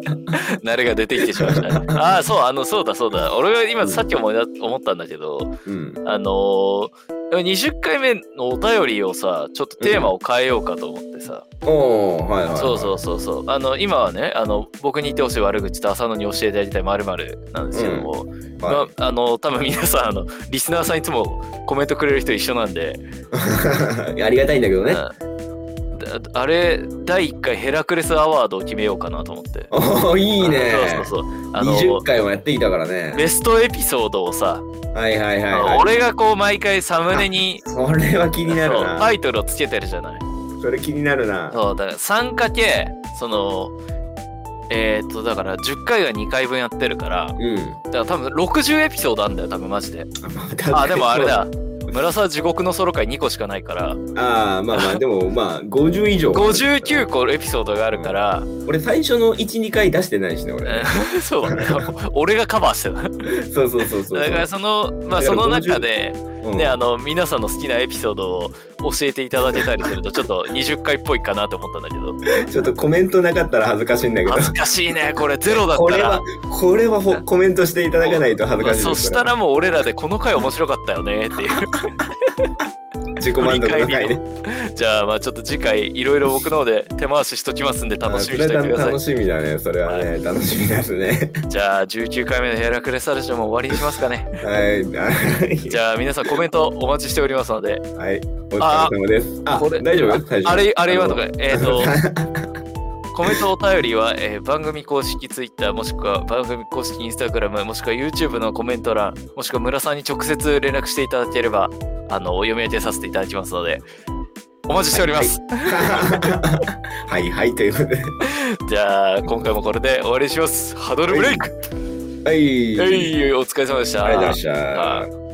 Speaker 2: 誰が出てきてしまいましたね。ああ、そう、あの、そうだ、そうだ。俺が今さっき思いだ思ったんだけど、
Speaker 3: うん。
Speaker 2: あのー、20回目のお便りをさ、ちょっとテーマを変えようかと思ってさ、
Speaker 3: おー、はいはい、はい。
Speaker 2: そうそうそうそう、あの、今はね、あの、僕に言ってほしい悪口と浅野に教えてやりたい〇〇なんですけども、
Speaker 3: は
Speaker 2: まあ、あの、多分皆さん、あの、リスナーさんいつもコメントくれる人一緒なんで、
Speaker 3: い。 ありがたいんだけどね。
Speaker 2: うんだあれ、第1回ヘラクレスアワードを決めようかなと思って。
Speaker 3: おー、いいね。
Speaker 2: そうそうそう。あの、
Speaker 3: 20回もやってきたからね。
Speaker 2: ベストエピソードをさ、
Speaker 3: はいはいはい、
Speaker 2: あの
Speaker 3: はい。
Speaker 2: 俺がこう毎回サムネに
Speaker 3: それは気になる
Speaker 2: そう
Speaker 3: な
Speaker 2: タ。イトルをつけてるじゃない。
Speaker 3: それ気になるな。
Speaker 2: そうだから参加系そのえー、っとだから10回が2回分やってるから
Speaker 3: うん。
Speaker 2: だから多分60エピソードあんだよ多分マジで。
Speaker 3: ま
Speaker 2: あでもあれ。だ。村沢地獄のソロ回2個しかないから
Speaker 3: ああまあまあでもまあ50以上
Speaker 2: 59個エピソードがあるから、
Speaker 3: 俺最初の12回出してないしね俺
Speaker 2: そうだね俺がカバーしてた
Speaker 3: そうそうそうそう
Speaker 2: だからそのまあ
Speaker 3: だか
Speaker 2: そ
Speaker 3: ら
Speaker 2: の中で
Speaker 3: うん
Speaker 2: ねあの皆さんの好きなエピソードを教えていただけたりするとちょっと20回っぽいかなと思ったんだけど
Speaker 3: ちょっとコメントなかったら恥ずかしいんだけど
Speaker 2: 恥ずかしいねこれゼロだっ
Speaker 3: こ
Speaker 2: た
Speaker 3: れ
Speaker 2: ら
Speaker 3: はこれはほコメントしていただかないと恥ずかしいです
Speaker 2: そしたらもう俺らでこの回面白かったよねっていう
Speaker 3: 自己満足の回ね
Speaker 2: じゃあまあちょっと次回いろいろ僕の方で手回ししときますんで楽しみにし
Speaker 3: あそ
Speaker 2: ておいて
Speaker 3: れ
Speaker 2: くだ
Speaker 3: は
Speaker 2: さ
Speaker 3: 楽しみだねそれはね楽しみですね
Speaker 2: いじゃあ19回目のヘラクレスアルションも終わりにしますかね
Speaker 3: はい
Speaker 2: じゃあ皆さんコメントお待ちしておりますので
Speaker 3: はいお疲れ様ですあ
Speaker 2: これ
Speaker 3: 大丈夫大丈夫
Speaker 2: あれあれはとか
Speaker 3: の
Speaker 2: えっ、と コメントお便りは、えー番組公式 Twitter もしくは番組公式 Instagram もしくは YouTube のコメント欄もしくは村さんに直接連絡していただければあのお読み上げさせていただきますのでお待ちしております、
Speaker 3: はいはいということで
Speaker 2: じゃあ今回もこれで終わりにします。ハドルブレイク。
Speaker 3: はい
Speaker 2: はい、お疲れ様でした。
Speaker 3: ありがとうございました
Speaker 2: はい